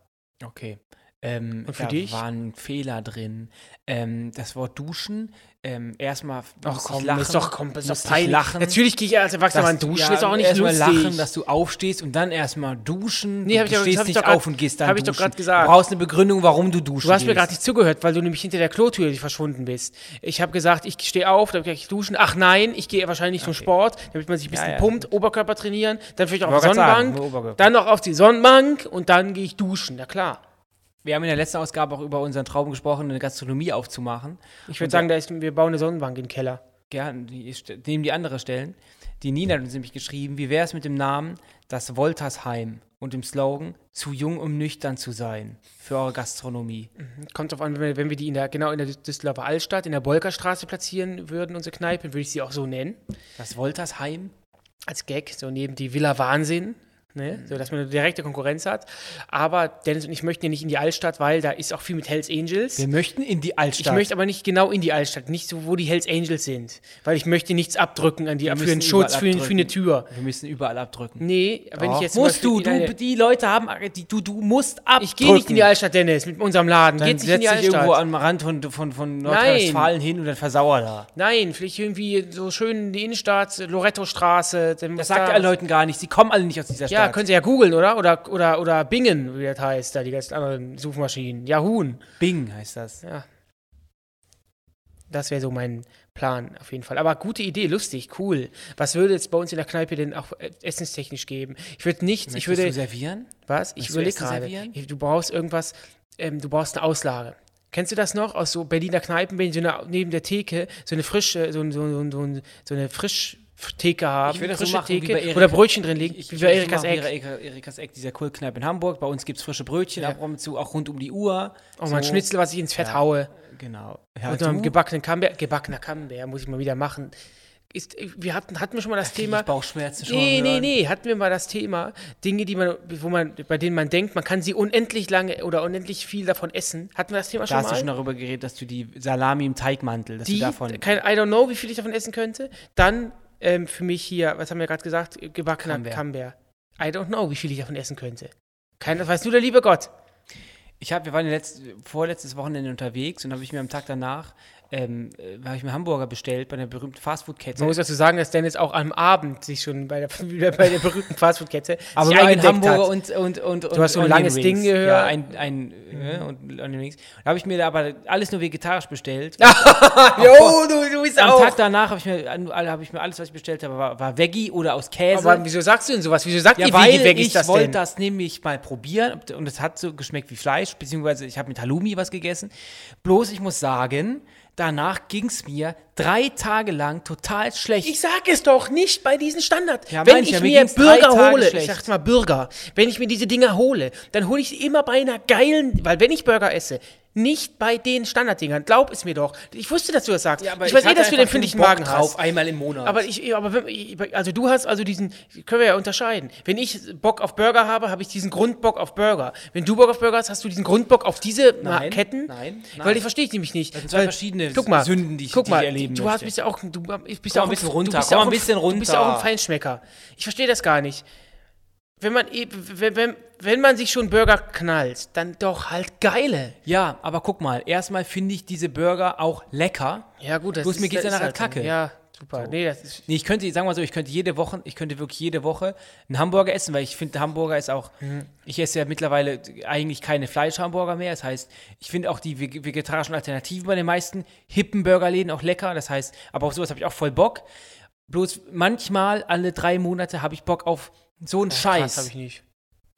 Okay. Ähm,
Und für
da
dich?
waren Fehler drin. Ähm, das Wort duschen, ähm, erstmal
Ach
musste ich
komm, ist doch, komm, ist doch
musste ich
peinlich.
lachen.
Natürlich gehe ich als Erwachsener
dass-
mal duschen,
ja,
ist auch nicht
erstmal
lustig.
lachen, dass du aufstehst und dann erstmal duschen.
Nee,
Du
hab ich doch-
stehst
hab ich
nicht
doch grad-
auf und gehst dann
hab ich doch
duschen.
grad gesagt.
Du brauchst eine Begründung, warum du duschen
du hast mir
gehst.
gerade nicht zugehört, weil du nämlich hinter der Klotür verschwunden bist. Ich habe gesagt, ich stehe auf, dann gehe ich duschen. Ach nein, ich gehe wahrscheinlich zum Sport, damit man sich ein bisschen
ja,
pumpt, Oberkörper trainieren, dann vielleicht auch auf
wollte
die
grad sagen,
Sonnenbank,
nur Oberkörper.
dann noch auf die Sonnenbank und dann gehe ich duschen. Na klar.
Wir haben in der letzten Ausgabe auch über unseren Traum gesprochen, eine Gastronomie aufzumachen.
Ich würde sagen, da ist, wir bauen eine Sonnenbank im Keller.
Ja, die st- nehmen die andere Stellen. Die Nina hat uns nämlich geschrieben, wie wäre es mit dem Namen Das Woltersheim und dem Slogan Zu jung, um nüchtern zu sein für eure Gastronomie.
Kommt drauf an, wenn wir, wenn wir die in der, genau in der Düsseldorfer Altstadt, in der Bolkerstraße platzieren würden, unsere Kneipe, würde ich sie auch so nennen.
Das Woltersheim?
Als Gag, so neben die Villa Wahnsinn. Ne?
Mhm.
So, dass man eine direkte Konkurrenz hat. Aber Dennis und ich möchten ja nicht in die Altstadt, weil da ist auch viel mit Hells Angels.
Wir möchten in die
ich
Altstadt.
möchte aber nicht genau in die Altstadt, nicht so, wo die Hells Angels sind. Weil ich möchte nichts abdrücken an die, für
müssen
einen Schutz, für,
überall
für eine
abdrücken.
Tür.
Wir müssen überall abdrücken.
Nee, wenn ich jetzt. zum
musst
Beispiel
du,
in
du,
eine-
die Leute haben, die, du, du musst abdrücken.
Ich gehe nicht in die Altstadt, Dennis, mit unserem Laden.
Dann
Geht nicht in die
setz dich
Altstadt.
irgendwo am Rand von, von, von Nordrhein-Westfalen hin und dann versauer da.
Nein, vielleicht irgendwie so schön in die Innenstadt, Loretto-Straße. dann
Das
da-
sagt ihr allen Leuten gar nicht. Sie kommen alle nicht aus dieser
Ja,
Stadt.
können Sie ja googeln, oder? oder? Oder oder Bingen, wie das heißt, da die ganzen anderen Suchmaschinen. Yahoo.
Bing heißt das.
Ja. Das wäre so mein Plan auf jeden Fall. Aber gute Idee, lustig, cool. Was würde es bei uns in der Kneipe denn auch äh, essenstechnisch geben? Ich würde nichts, ich
Möchtest
würde.
du servieren?
Was? Ich
Willst du
überlege
Essen
gerade.
servieren?
Ich- Du brauchst irgendwas, ähm, du brauchst eine Auslage. Kennst du das noch aus so Berliner Kneipen, wenn die so eine, neben der Theke so eine frische, so, ein- so, ein- so, ein- so, ein- so eine Frischtheke haben?
Ich würde das so
frische
machen, wie bei
Theke,
Erika.
wo da Brötchen drin liegen,
Ich,
wie
ich
bei
würde
Erikas
so machen wie
Eck.
Erika, Erikas Eck, dieser Kultkneipe in Hamburg. Bei uns gibt es frische Brötchen ab und zu, auch rund um die Uhr.
Oh, mein
So.
Schnitzel, was ich ins Fett haue.
Genau. Ja,
Und
du?
noch einen gebackenen Camembert. Gebackener Camembert muss ich mal wieder machen. Ist, wir hatten, hatten wir schon mal das
Krieg ich
Thema.
Bauchschmerzen schon.
Nee,
am
nee,
Hören.
nee, hatten wir mal das Thema, Dinge, die man, wo man, bei denen man denkt, man kann sie unendlich lange oder unendlich viel davon essen. Hatten wir das Thema schon
Da
mal?
hast du schon darüber geredet, dass du die Salami im Teigmantel, dass
die,
du davon.
kein, I don't know, wie viel ich davon essen könnte. Dann ähm, für mich hier, was haben wir gerade gesagt, gebackener
Camembert.
Camembert. I don't know, wie viel ich davon essen könnte. Kein, das weiß nur der liebe Gott.
Ich habe, wir waren ja letzt, vorletztes Wochenende unterwegs und habe ich mir am Tag danach ähm, äh, habe ich mir Hamburger bestellt bei einer berühmten Fastfood-Kette.
Man muss dazu sagen, dass Dennis auch am Abend sich schon bei der, wieder bei der berühmten Fastfood-Kette sich
nur ein
eingedeckt
Also Hamburger
hat.
und, und, und, und
hast so ein
Onion
langes Ding gehört.
Ja, ein, ein äh, und Onion Rings. Da habe ich mir da aber alles nur vegetarisch bestellt.
Jo, du, du bist
Am
auch.
Tag danach habe ich, mir an- alle- habe ich mir alles, was ich bestellt habe, war, war Veggie oder aus Käse.
Aber wieso sagst du denn sowas? Wieso sagt
ja,
ihr,
weil
wie weg
ich
ist das
wollte
denn?
das nämlich mal probieren ob- und es hat so geschmeckt wie Fleisch, beziehungsweise ich habe mit Halloumi was gegessen. Bloß ich muss sagen, danach ging es mir drei Tage lang total schlecht.
Ich sag es doch nicht bei diesen Standard.
Ja,
wenn
meinte
ich
ja, mir
mir
ging's drei
Burger
Tage
hole, ich
schlecht.
sag's mal Burger, wenn ich mir diese Dinger hole, dann hole ich sie immer bei einer geilen, weil wenn ich Burger esse, nicht bei den Standarddingern. Glaub es mir doch. Ich wusste, dass du das sagst. ich weiß eh, dass du den empfindlichen Magen hast.
einmal im Monat.
Aber ich, aber wenn, also du hast also diesen, können wir ja unterscheiden. Wenn ich Bock auf Burger habe, habe ich diesen Grundbock auf Burger. Wenn du Bock auf Burger hast, hast du diesen Grundbock auf diese
Nein,
Ketten.
nein, nein.
Weil die verstehe ich nämlich nicht. Das
sind zwei verschiedene
guck mal,
Sünden, die ich-
guck
die ich
mal,
erleben
du
möchte.
Hast, bist ja auch, du bist
Komm
ja
mal
auch
ein bisschen
Du
runter,
bist ja
komm
auch
mal ein bisschen
Du bist ja auch ein
runter.
Feinschmecker. Ich verstehe das gar nicht. Wenn man eben, wenn, wenn, wenn man sich schon Burger knallt, dann doch halt geile.
ja, aber guck mal, erstmal finde ich diese Burger auch lecker.
Ja gut, das
Bloß mir geht's
das
ja nachher
halt so.
Kacke.
Ja, super. Nee, das ist
Nee, ich könnte, sagen wir mal so, ich könnte jede Woche, ich könnte wirklich jede Woche einen Hamburger essen, weil ich finde, Hamburger ist auch,
Mhm.
ich esse ja mittlerweile eigentlich keine Fleischhamburger mehr. Das heißt, ich finde auch die vege- vegetarischen Alternativen bei den meisten hippen Burgerläden auch lecker. Das heißt, aber auf sowas habe ich auch voll Bock. Bloß manchmal alle drei Monate habe ich Bock auf so einen
Oh, Krass, hab
Scheiß.
ich nicht. Äh,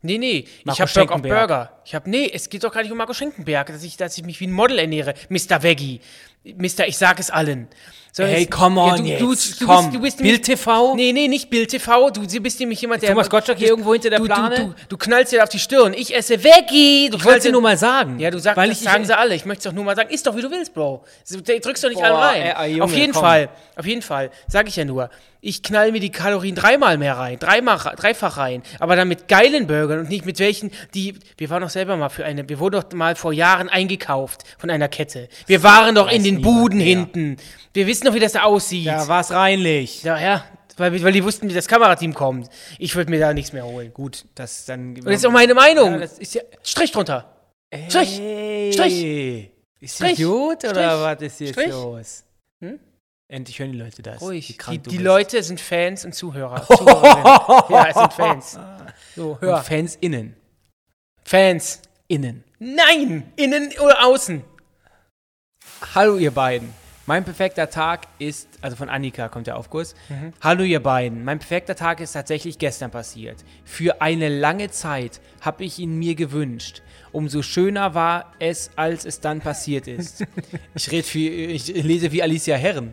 Nee, nee,
Marco
ich hab Bock auf
Schenkenberg.
Burger. Ich hab, nee, es geht doch gar nicht um Marco Schenkenberg, dass ich, dass ich mich wie ein Model ernähre. Mr. Veggie. Mr. Ich sag es allen. sondern
Hey,
es-
come on
du,
jetzt,
du, du,
komm.
Bist, du bist
Bild
nämlich-
TV?
Nee, nee, nicht Bild TV. Du sie bist nämlich jemand, der.
Thomas Gottschalk hier
du-
irgendwo hinter der
du,
Plane?
Du, du, du knallst dir auf die Stirn. Ich esse Veggie. Du
Ich wollte
knallst
dir
dir-
nur mal sagen.
Ja, du sagst,
weil
das
ich
sagen
ich,
sie alle. Ich möchte es doch nur mal sagen. Ist doch, wie du willst, Bro. So, der- Drückst doch nicht
Boah,
allen rein.
ey, ey, Junge,
auf jeden
komm.
Fall, auf jeden Fall. Sag ich ja nur. Ich knall mir die Kalorien dreimal mehr rein. Dreimal, dreifach rein. Aber dann mit geilen Burgern und nicht mit welchen, die, wir waren doch selber mal für eine, wir wurden doch mal vor Jahren eingekauft von einer Kette. Wir waren doch in den
niemand
Buden
mehr.
hinten. Wir wissen doch, wie das da aussieht.
Da war's reinlich.
Ja, ja. Weil, weil die wussten, wie das Kamerateam kommt. Ich würde mir da nichts mehr holen.
Gut, das dann.
Und jetzt auch meine Meinung.
Ja, das ist ja.
Strich drunter. Strich.
Strich!
Strich.
Ist
Strich.
Strich. gut
Strich.
oder was ist hier
Strich.
los? Hm? Endlich hören die Leute das.
Ruhig. Die,
krank du
die
bist.
Leute sind Fans und Zuhörer. Zuhörerinnen. ja, es sind Fans. So,
Und
hör.
Fans innen.
Fans.
Innen.
Nein! Innen oder außen?
Hallo ihr beiden. Mein perfekter Tag ist, also von Annika kommt der Aufkurs.
Mhm.
Hallo ihr beiden. Mein perfekter Tag ist tatsächlich gestern passiert. Für eine lange Zeit habe ich ihn mir gewünscht. Umso schöner war es, als es dann passiert ist. ich, red wie, ich lese wie Alicia Herren.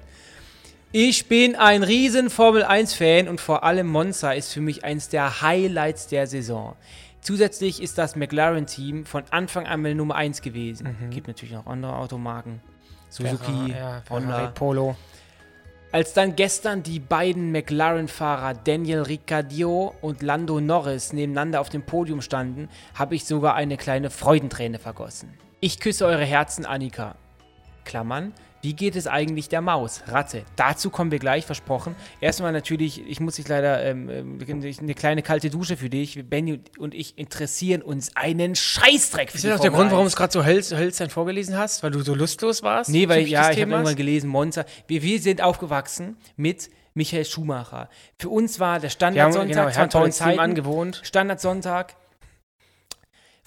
Ich bin ein riesen Formel 1 Fan und vor allem Monza ist für mich eins der Highlights der Saison. Zusätzlich ist das McLaren Team von Anfang an meine Nummer 1 gewesen. Gibt natürlich noch andere Automarken. Suzuki,
Ah, ja, Mhm. Ferrari,
Honda.
Polo.
Als dann gestern die beiden McLaren-Fahrer Daniel Ricciardo und Lando Norris nebeneinander auf dem Podium standen, habe ich sogar eine kleine Freudenträne vergossen. Ich küsse eure Herzen, Annika. Klammern. Wie geht es eigentlich der Maus? Ratte. Dazu kommen wir gleich, versprochen. Erstmal natürlich, ich muss dich leider, ähm, ähm, eine kleine kalte Dusche für dich. Benny und ich interessieren uns einen Scheißdreck für
Ist
die
das auch der
Formel
Grund, warum du
1.
es gerade so hölzern vorgelesen hast? Weil du so lustlos warst?
Nee, weil
Typisch
ja,
des
ich habe
Themas?
irgendwann gelesen, Monster. Wir, wir sind aufgewachsen mit Michael Schumacher. Für uns war der
Wir haben,
Standardsonntag,
genau, wir haben
2000
uns Team
Zeiten,
angewohnt.
Standardsonntag,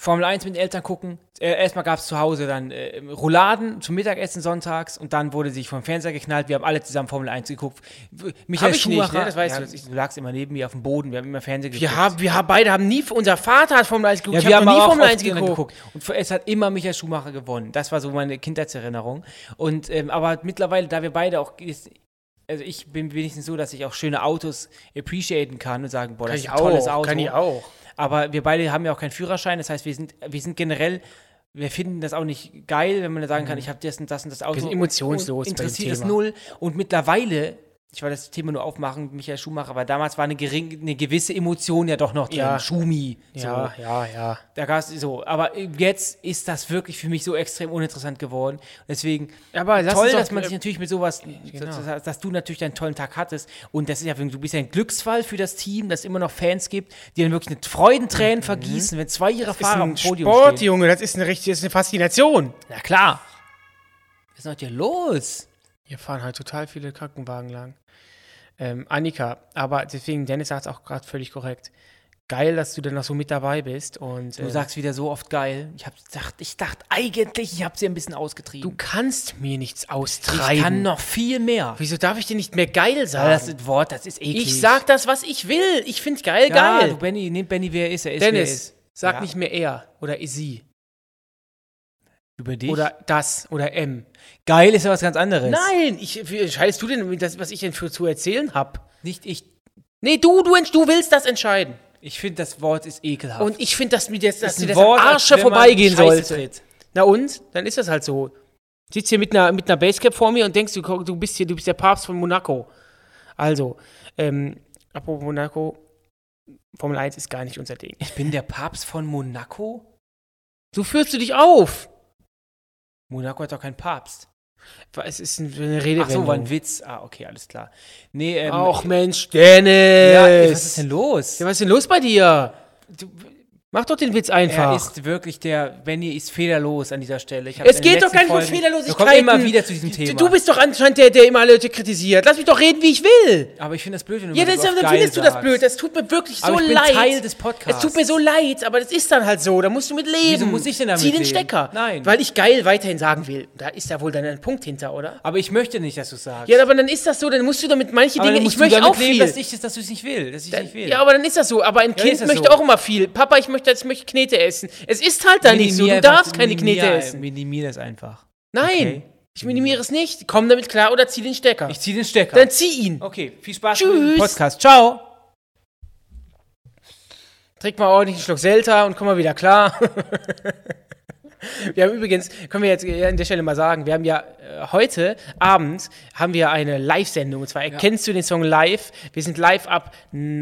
Formel 1 mit den Eltern gucken. Äh, erstmal gab es zu Hause dann äh, Rouladen zum Mittagessen sonntags und dann wurde sich vom Fernseher geknallt. Wir haben alle zusammen Formel 1 geguckt. W- Michael
Hab ich nicht,
Schumacher,
ne? Das weißt
ja,
du.
Ich, du lagst immer neben mir auf dem Boden. Wir haben immer Fernsehen geguckt.
Wir, haben, wir haben beide haben nie, unser Vater hat Formel 1 geguckt.
Ja, wir
hab
haben
noch nie
aber auch
Formel
oft
1
gerne
geguckt.
Und für- es hat immer Michael Schumacher gewonnen. Das war so meine Kindheitserinnerung. Und ähm, aber mittlerweile, da wir beide auch jetzt- also ich bin wenigstens so, dass ich auch schöne Autos appreciaten kann und sagen, boah,
Kann
das ist
ich
ein tolles
auch,
Auto.
kann ich auch.
Aber wir beide haben ja auch keinen Führerschein, das heißt, wir sind wir sind generell wir finden das auch nicht geil, wenn man da sagen kann, ich habe das und das und das Auto.
Mhm. sind emotionslos
Und
bei dem
Interessiert es
Thema.
null. Und mittlerweile, ich wollte das Thema nur aufmachen, Michael Schumacher, aber damals war eine, gering, eine gewisse Emotion ja doch noch drin.
Ja.
Schumi. So.
Ja, ja, ja.
Da gab es so, aber jetzt ist das wirklich für mich so extrem uninteressant geworden. Deswegen
Aber lass uns
toll,
doch- Genau.
dass man sich natürlich mit sowas, dass, dass du natürlich deinen tollen Tag hattest. Und das ist ja, du bist ja ein Glücksfall für das Team, dass es immer noch Fans gibt, die dann wirklich eine Freudentränen vergießen, wenn zwei ihrer
Mhm. Das ist
Fahrer
ein
am Podium
Sport,
stehen.
Junge. Das ist eine richtige, das ist eine Faszination.
Na klar. Was ist denn heute hier los?
Hier fahren halt total viele Krankenwagen lang. Ähm, Annika, aber deswegen, Dennis sagt es auch gerade völlig korrekt. Geil, dass du dann noch so mit dabei bist und
Du
äh,
sagst wieder so oft geil. Ich hab gedacht, ich dachte eigentlich, ich habe sie ein bisschen
du
ausgetrieben.
kannst mir nichts austreiben.
ich kann noch viel mehr.
Wieso darf ich dir nicht mehr geil sagen?
Das ist- Wort, das ist eklig.
ich sag das, was ich will. Ich find's geil,
ja,
geil.
Du Benny, nimm Benny, wer er ist. Er ist, wer er
Dennis,
ist.
sag
Ja.
nicht mehr er oder sie
Über dich?
oder das oder m.
geil ist ja was ganz anderes.
Nein, ich, wie scheißt du denn, das, was ich denn für zu erzählen hab?
Nicht ich.
Nee, du, du, ents- du willst das entscheiden.
Ich finde, das Wort ist ekelhaft.
Und ich finde, dass mir das, dass
das
mir
ist
das Wort, am Arsche vorbeigehen sollte.
Tritt.
Na und? Dann ist das halt so. Sitzt hier mit einer, mit einer Basecap vor mir und denkst, du, du bist hier, du bist der Papst von Monaco. Also, ähm, apropos Monaco, Formel 1 ist gar nicht unser Ding.
Ich bin der Papst von Monaco?
So führst du dich auf.
Monaco hat doch keinen Papst.
Es ist eine
Ach so, war
Redewendung.
ein Witz. Ah, okay, alles klar. Nee, ähm,
Ach Mensch,
ja, ey, was
Dennis.
ist denn los?
Ja, was ist denn los bei dir?
Du-
Mach doch den Witz
er
einfach.
ist wirklich der, Benny ist fehlerlos an dieser Stelle. Ich hab's
es
in den
geht doch
letzten
gar nicht um
Folgen-
Fehlerlosigkeiten.
Wir kommen immer wieder zu diesem Thema.
Du bist doch anscheinend der, der immer alle Leute kritisiert. Lass mich doch reden, wie ich will.
aber ich finde das blöd, wenn du
Ja,
mir
das,
so oft
dann
geil
findest du das
sagst.
blöd. Das tut mir wirklich so
Aber ich bin
leid.
Teil des
Es
Podcasts.
tut mir so leid, aber das ist dann halt so. Da musst du mit leben.
Wieso muss ich denn damit
Zieh den
leben?
Stecker.
Nein.
Weil ich geil weiterhin sagen will. Da ist ja wohl dann ein Punkt hinter, oder?
Aber ich möchte nicht, dass du sagst.
Ja, aber dann ist das so. Dann musst du damit manche
aber
Dinge.
dann musst
Ich
du
möchte
damit
auch
leben,
viel.
dass ich das, dass du es nicht will, dass ich es nicht will.
ja, aber dann ist das so. Aber ein Kind
ist das
möchte
so.
auch immer viel. Papa, ich möchte, ich möchte Knete essen. Es ist halt da nicht so. Du
Minimier
darfst
einfach-
keine Knete
minimier-
essen.
Minimier das einfach.
Nein.
Okay.
Ich minimiere es nicht. Komm damit klar oder zieh den Stecker.
Ich ziehe den Stecker.
Dann zieh ihn.
okay, viel Spaß
Tschüss.
mit dem Podcast. Ciao.
Trink mal ordentlich einen Schluck Selta und komm mal wieder klar. Wir haben übrigens, können wir jetzt äh, an der Stelle mal sagen, wir haben ja äh, heute Abend haben wir eine Live-Sendung. Und zwar erkennst du den Song live. Wir sind live ab 19,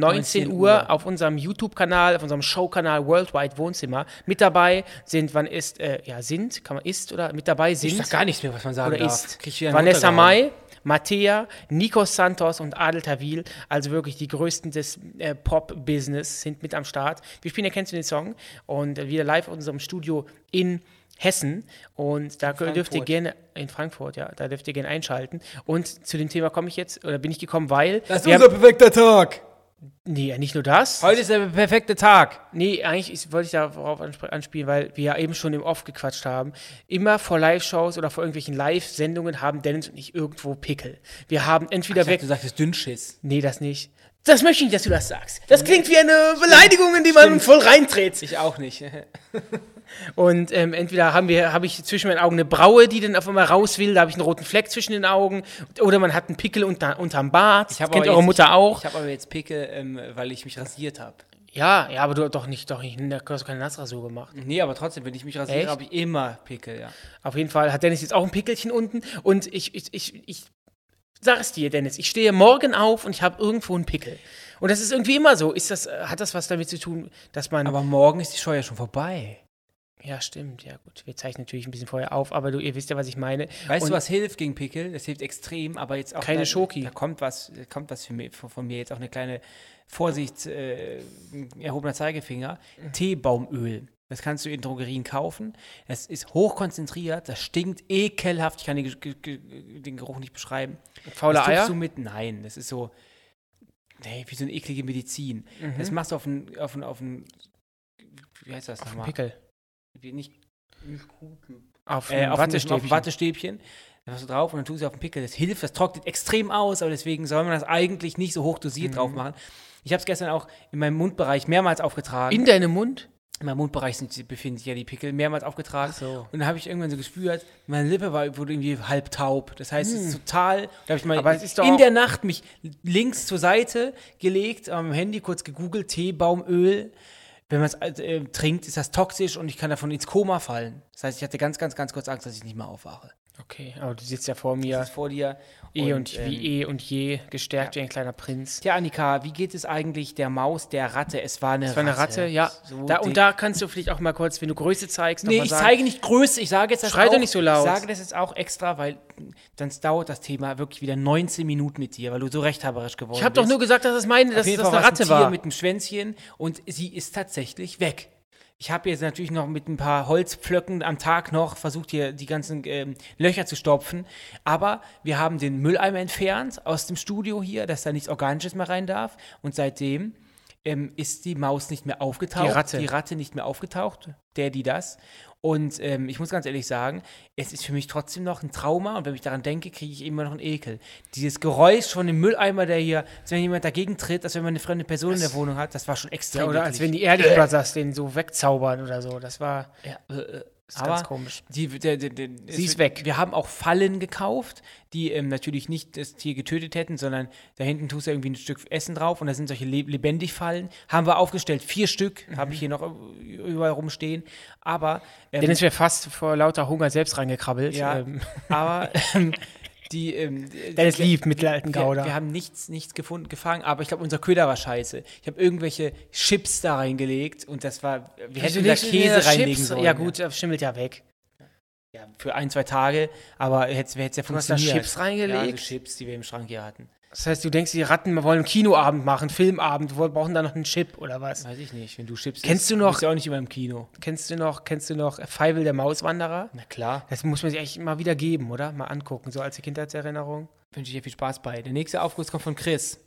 19
Uhr,
Uhr.
auf unserem YouTube-Kanal, auf unserem Show-Kanal Worldwide Wohnzimmer. Mit dabei sind, wann ist, äh, ja, sind, kann man ist oder mit dabei sind.
Ich sag gar nichts mehr, was man sagen
oder
darf.
ist.
Krieg ich wieder einen
Vanessa
runtergehauen.
Mai, Mattea, Nikos Santos und Adel Tawil, also wirklich die größten des äh, Pop-Business, sind mit am Start. Wir spielen Erkennst du den Song und äh, wieder live in unserem Studio in Hessen und da dürft ihr
Frankfurt.
gerne in Frankfurt, ja, da dürft ihr gerne einschalten. Und zu dem Thema komme ich jetzt oder bin ich gekommen, weil
Das ist
wir
unser perfekter Tag.
nee, nicht nur das.
Heute ist der perfekte Tag.
Nee, eigentlich ist, wollte ich darauf anspr- anspielen, weil wir ja eben schon im Off gequatscht haben. Immer vor Live-Shows oder vor irgendwelchen Live-Sendungen haben Dennis und ich irgendwo Pickel. Wir haben entweder
Ich
weg.
dachte, du sagtest Dünnschiss.
nee, das nicht. Das möchte ich nicht, dass du das sagst. Das klingt wie eine Beleidigung, in die man voll reintritt.
Ich auch nicht.
Und ähm, entweder haben wir, habe ich zwischen meinen Augen eine Braue, die dann auf einmal raus will, da habe ich einen roten Fleck zwischen den Augen. Oder man hat einen Pickel unter, unterm Bart.
Ich
das
hab
kennt
aber
eure
jetzt-
Mutter auch.
Ich habe aber jetzt Pickel, ähm, weil ich mich rasiert habe.
Ja, ja, aber du doch nicht, doch nicht. Du hast keine Nassrasur gemacht.
Nee, aber trotzdem, wenn ich mich
Echt?
rasiere, habe ich immer Pickel, ja.
Auf jeden Fall hat Dennis jetzt auch ein Pickelchen unten und ich, ich, ich, ich sag es dir, Dennis, ich stehe morgen auf und ich habe irgendwo einen Pickel. Und das ist irgendwie immer so. Ist das, äh, hat das was damit zu tun, dass man.
Aber morgen ist die Show ja schon vorbei.
ja, stimmt, ja gut. Wir zeichnen natürlich ein bisschen vorher auf, aber du, ihr wisst ja, was ich meine.
Weißt
und
du, was hilft gegen Pickel? Das hilft extrem, aber jetzt auch.
Keine
da,
Schoki.
Da kommt was, da kommt was für mich, von, von mir jetzt auch eine kleine Vorsicht, äh, erhobener Zeigefinger.
Mhm.
Teebaumöl. Das kannst du in Drogerien kaufen. Das ist hochkonzentriert, das stinkt ekelhaft. Ich kann den, Ge- Ge- Ge- den Geruch nicht beschreiben.
Faule
das tupfst
Eier?
du mit? Nein, das ist so. Nee, wie so eine eklige Medizin.
Mhm.
Das machst du auf einen, auf einen, auf einen, wie heißt das nochmal?
Pickel.
Nicht, nicht Kuhkübel
Auf,
äh,
dem
auf, ein, auf
Wattestäbchen.
ein Wattestäbchen. Dann machst du drauf und dann tust du auf den Pickel. Das hilft, das trocknet extrem aus, aber deswegen soll man das eigentlich nicht so hoch dosiert drauf
Mhm.
machen. Ich habe es gestern auch in meinem Mundbereich mehrmals aufgetragen.
In deinem Mund?
in meinem Mundbereich sind, befinden sich ja die Pickel, mehrmals aufgetragen.
Ach so.
Und dann habe ich irgendwann so gespürt, meine Lippe war, wurde irgendwie halb taub. Das heißt,
Mhm.
es ist total. Da habe ich mal
Aber es ist doch auch-
in der Nacht mich links zur Seite gelegt, am Handy kurz gegoogelt, Teebaumöl. Wenn man es äh, trinkt, ist das toxisch und ich kann davon ins Koma fallen. Das heißt, ich hatte ganz, ganz, ganz kurz Angst, dass ich nicht mehr aufwache.
Okay, aber du sitzt ja vor
Das
mir.
ist vor dir.
Eh und,
ähm,
wie eh und je, gestärkt wie ein kleiner Prinz.
Tja, Annika, wie geht es eigentlich der Maus, der Ratte? Es war eine
Das war eine Ratte, ja.
So
da, und da kannst du vielleicht auch mal kurz, wenn du Größe zeigst, noch
Nee,
mal
ich
sagen,
zeige nicht Größe, ich sage jetzt das
Schrei
auch,
doch nicht so laut.
Ich sage das jetzt auch extra, weil sonst dauert das Thema wirklich wieder 19 Minuten mit dir, weil du so rechthaberisch geworden bist.
Ich habe doch nur gesagt, dass das meine, dass
Auf jeden
das
Fall
eine
war's
Ratte
ein Tier
war.
mit einem Schwänzchen und sie ist tatsächlich weg. Ich habe jetzt natürlich noch mit ein paar Holzpflöcken am Tag noch versucht, hier die ganzen ähm, Löcher zu stopfen. Aber wir haben den Mülleimer entfernt aus dem Studio hier, dass da nichts Organisches mehr rein darf. Und seitdem ähm, ist die Maus nicht mehr aufgetaucht.
Die Ratte.
Die Ratte nicht mehr aufgetaucht. Der, die, das. Und ähm, ich muss ganz ehrlich sagen, es ist für mich trotzdem noch ein Trauma. Und wenn ich daran denke, kriege ich immer noch einen Ekel. Dieses Geräusch von dem Mülleimer, der hier, als wenn jemand dagegen tritt, als wenn man eine fremde Person in der Wohnung hat, das war schon extrem
Ja, oder als wenn
eklig.
die Ehrlich Brothers den so wegzaubern oder so. Das war
Äh. Ja, äh, äh,
ist
aber
ganz komisch.
Die, der, der, der,
Sie
es-
ist weg.
Wir haben auch Fallen gekauft, die ähm, natürlich nicht das Tier getötet hätten, sondern da hinten tust du irgendwie ein Stück Essen drauf und da sind solche le lebendig Fallen. Haben wir aufgestellt, vier Stück, habe ich hier noch äh, überall rumstehen. Aber, ähm,
Dennis wäre fast vor lauter Hunger selbst reingekrabbelt.
ja,
Ähm,
aber ähm, die, ähm, die-
Dennis
die-
liebt mittelalten
wir,
Gouda.
wir haben nichts, nichts gefunden, gefangen, aber ich glaube, unser Köder war scheiße. Ich habe irgendwelche Chips da reingelegt und das war, wir hätten da Käse reinlegen sollen.
Ja gut, das schimmelt ja weg.
Ja, für ein, zwei Tage, aber hätte es ja
Du hast da
funktioniert.
Chips
Ja, so
reingelegt.
Chips, die wir im Schrank hier hatten.
das heißt, du denkst, die Ratten wir wollen einen Kinoabend machen, Filmabend, wir brauchen da noch einen Chip oder was?
Weiß ich nicht, wenn du Chips
Kennst
isst,
du noch-
Bist ja auch nicht immer im Kino.
Kennst du noch, kennst du noch Feivel der Mauswanderer?
Na klar.
Das muss man sich echt mal wieder geben, oder? Mal angucken, so als Kindheitserinnerung.
Wünsche ich dir viel Spaß bei. Der nächste Aufguss kommt von Chris.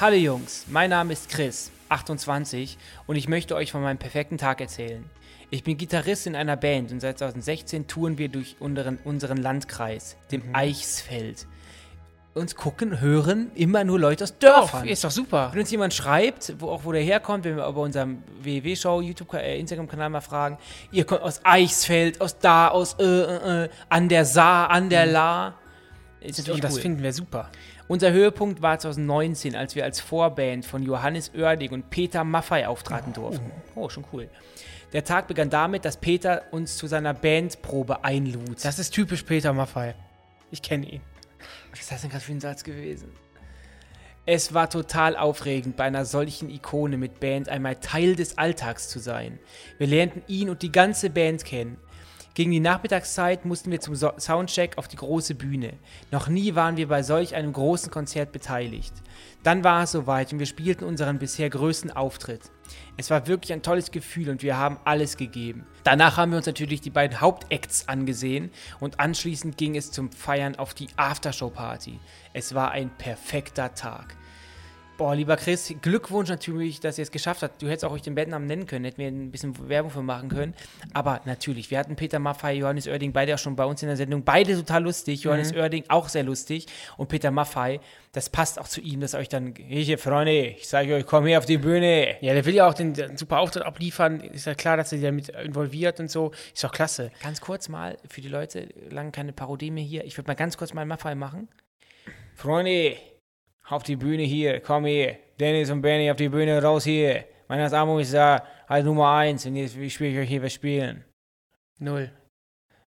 Hallo Jungs, mein Name ist Chris, 28 und ich möchte euch von meinem perfekten Tag erzählen. Ich bin Gitarrist in einer Band und
Mhm.
seit 2016 touren wir durch unseren, unseren Landkreis, dem Eichsfeld. uns gucken, hören immer nur Leute aus Dörfern.
Ist doch super.
Wenn uns jemand schreibt, wo auch wo der herkommt, wenn wir bei unserem WW-Show, YouTube, äh, Instagram-Kanal mal fragen, ihr kommt aus Eichsfeld, aus da, aus äh, äh, äh, an der Saar, an der La. Ist
Und
natürlich
Mhm. das
cool.
finden wir super.
Unser Höhepunkt war 2019, als wir als Vorband von Johannes Oerding und Peter Maffay auftraten durften. Oh, schon cool. Der Tag begann damit, dass Peter uns zu seiner Bandprobe einlud.
Das ist typisch Peter Maffay. Ich kenne ihn.
Was ist das denn gerade für ein Satz gewesen? Es war total aufregend, bei einer solchen Ikone mit Band einmal Teil des Alltags zu sein. Wir lernten ihn und die ganze Band kennen. Gegen die Nachmittagszeit mussten wir zum so Soundcheck auf die große Bühne. Noch nie waren wir bei solch einem großen Konzert beteiligt. Dann war es soweit und wir spielten unseren bisher größten Auftritt. Es war wirklich ein tolles Gefühl und wir haben alles gegeben. Danach haben wir uns natürlich die beiden Hauptacts angesehen und anschließend ging es zum Feiern auf die Aftershow-Party. Es war ein perfekter Tag. Boah, lieber Chris, Glückwunsch natürlich, dass ihr es geschafft habt. Du hättest auch euch den Bandnamen nennen können, hätten wir ein bisschen Werbung für machen können. Aber natürlich, wir hatten Peter Maffay, Johannes Oerding, beide auch schon bei uns in der Sendung. Beide total lustig. Johannes Oerding auch sehr lustig. Und Peter Maffay, das passt auch zu ihm, dass er euch dann, hier, Freunde, ich sage euch, komm hier auf die Bühne.
Ja, der will ja auch den, den super Auftritt abliefern. Ist ja klar, dass er da mit involviert und so. Ist doch klasse.
Ganz kurz mal, für die Leute, lange keine Parodie mehr hier. Ich würde mal ganz kurz mal Maffei machen. Freunde, auf die Bühne hier, komm hier. Dennis und Benny auf die Bühne, raus hier. Mein Name ist Amo, ich sag, als Nummer 1 und jetzt spiele ich euch hier was spielen.
Null.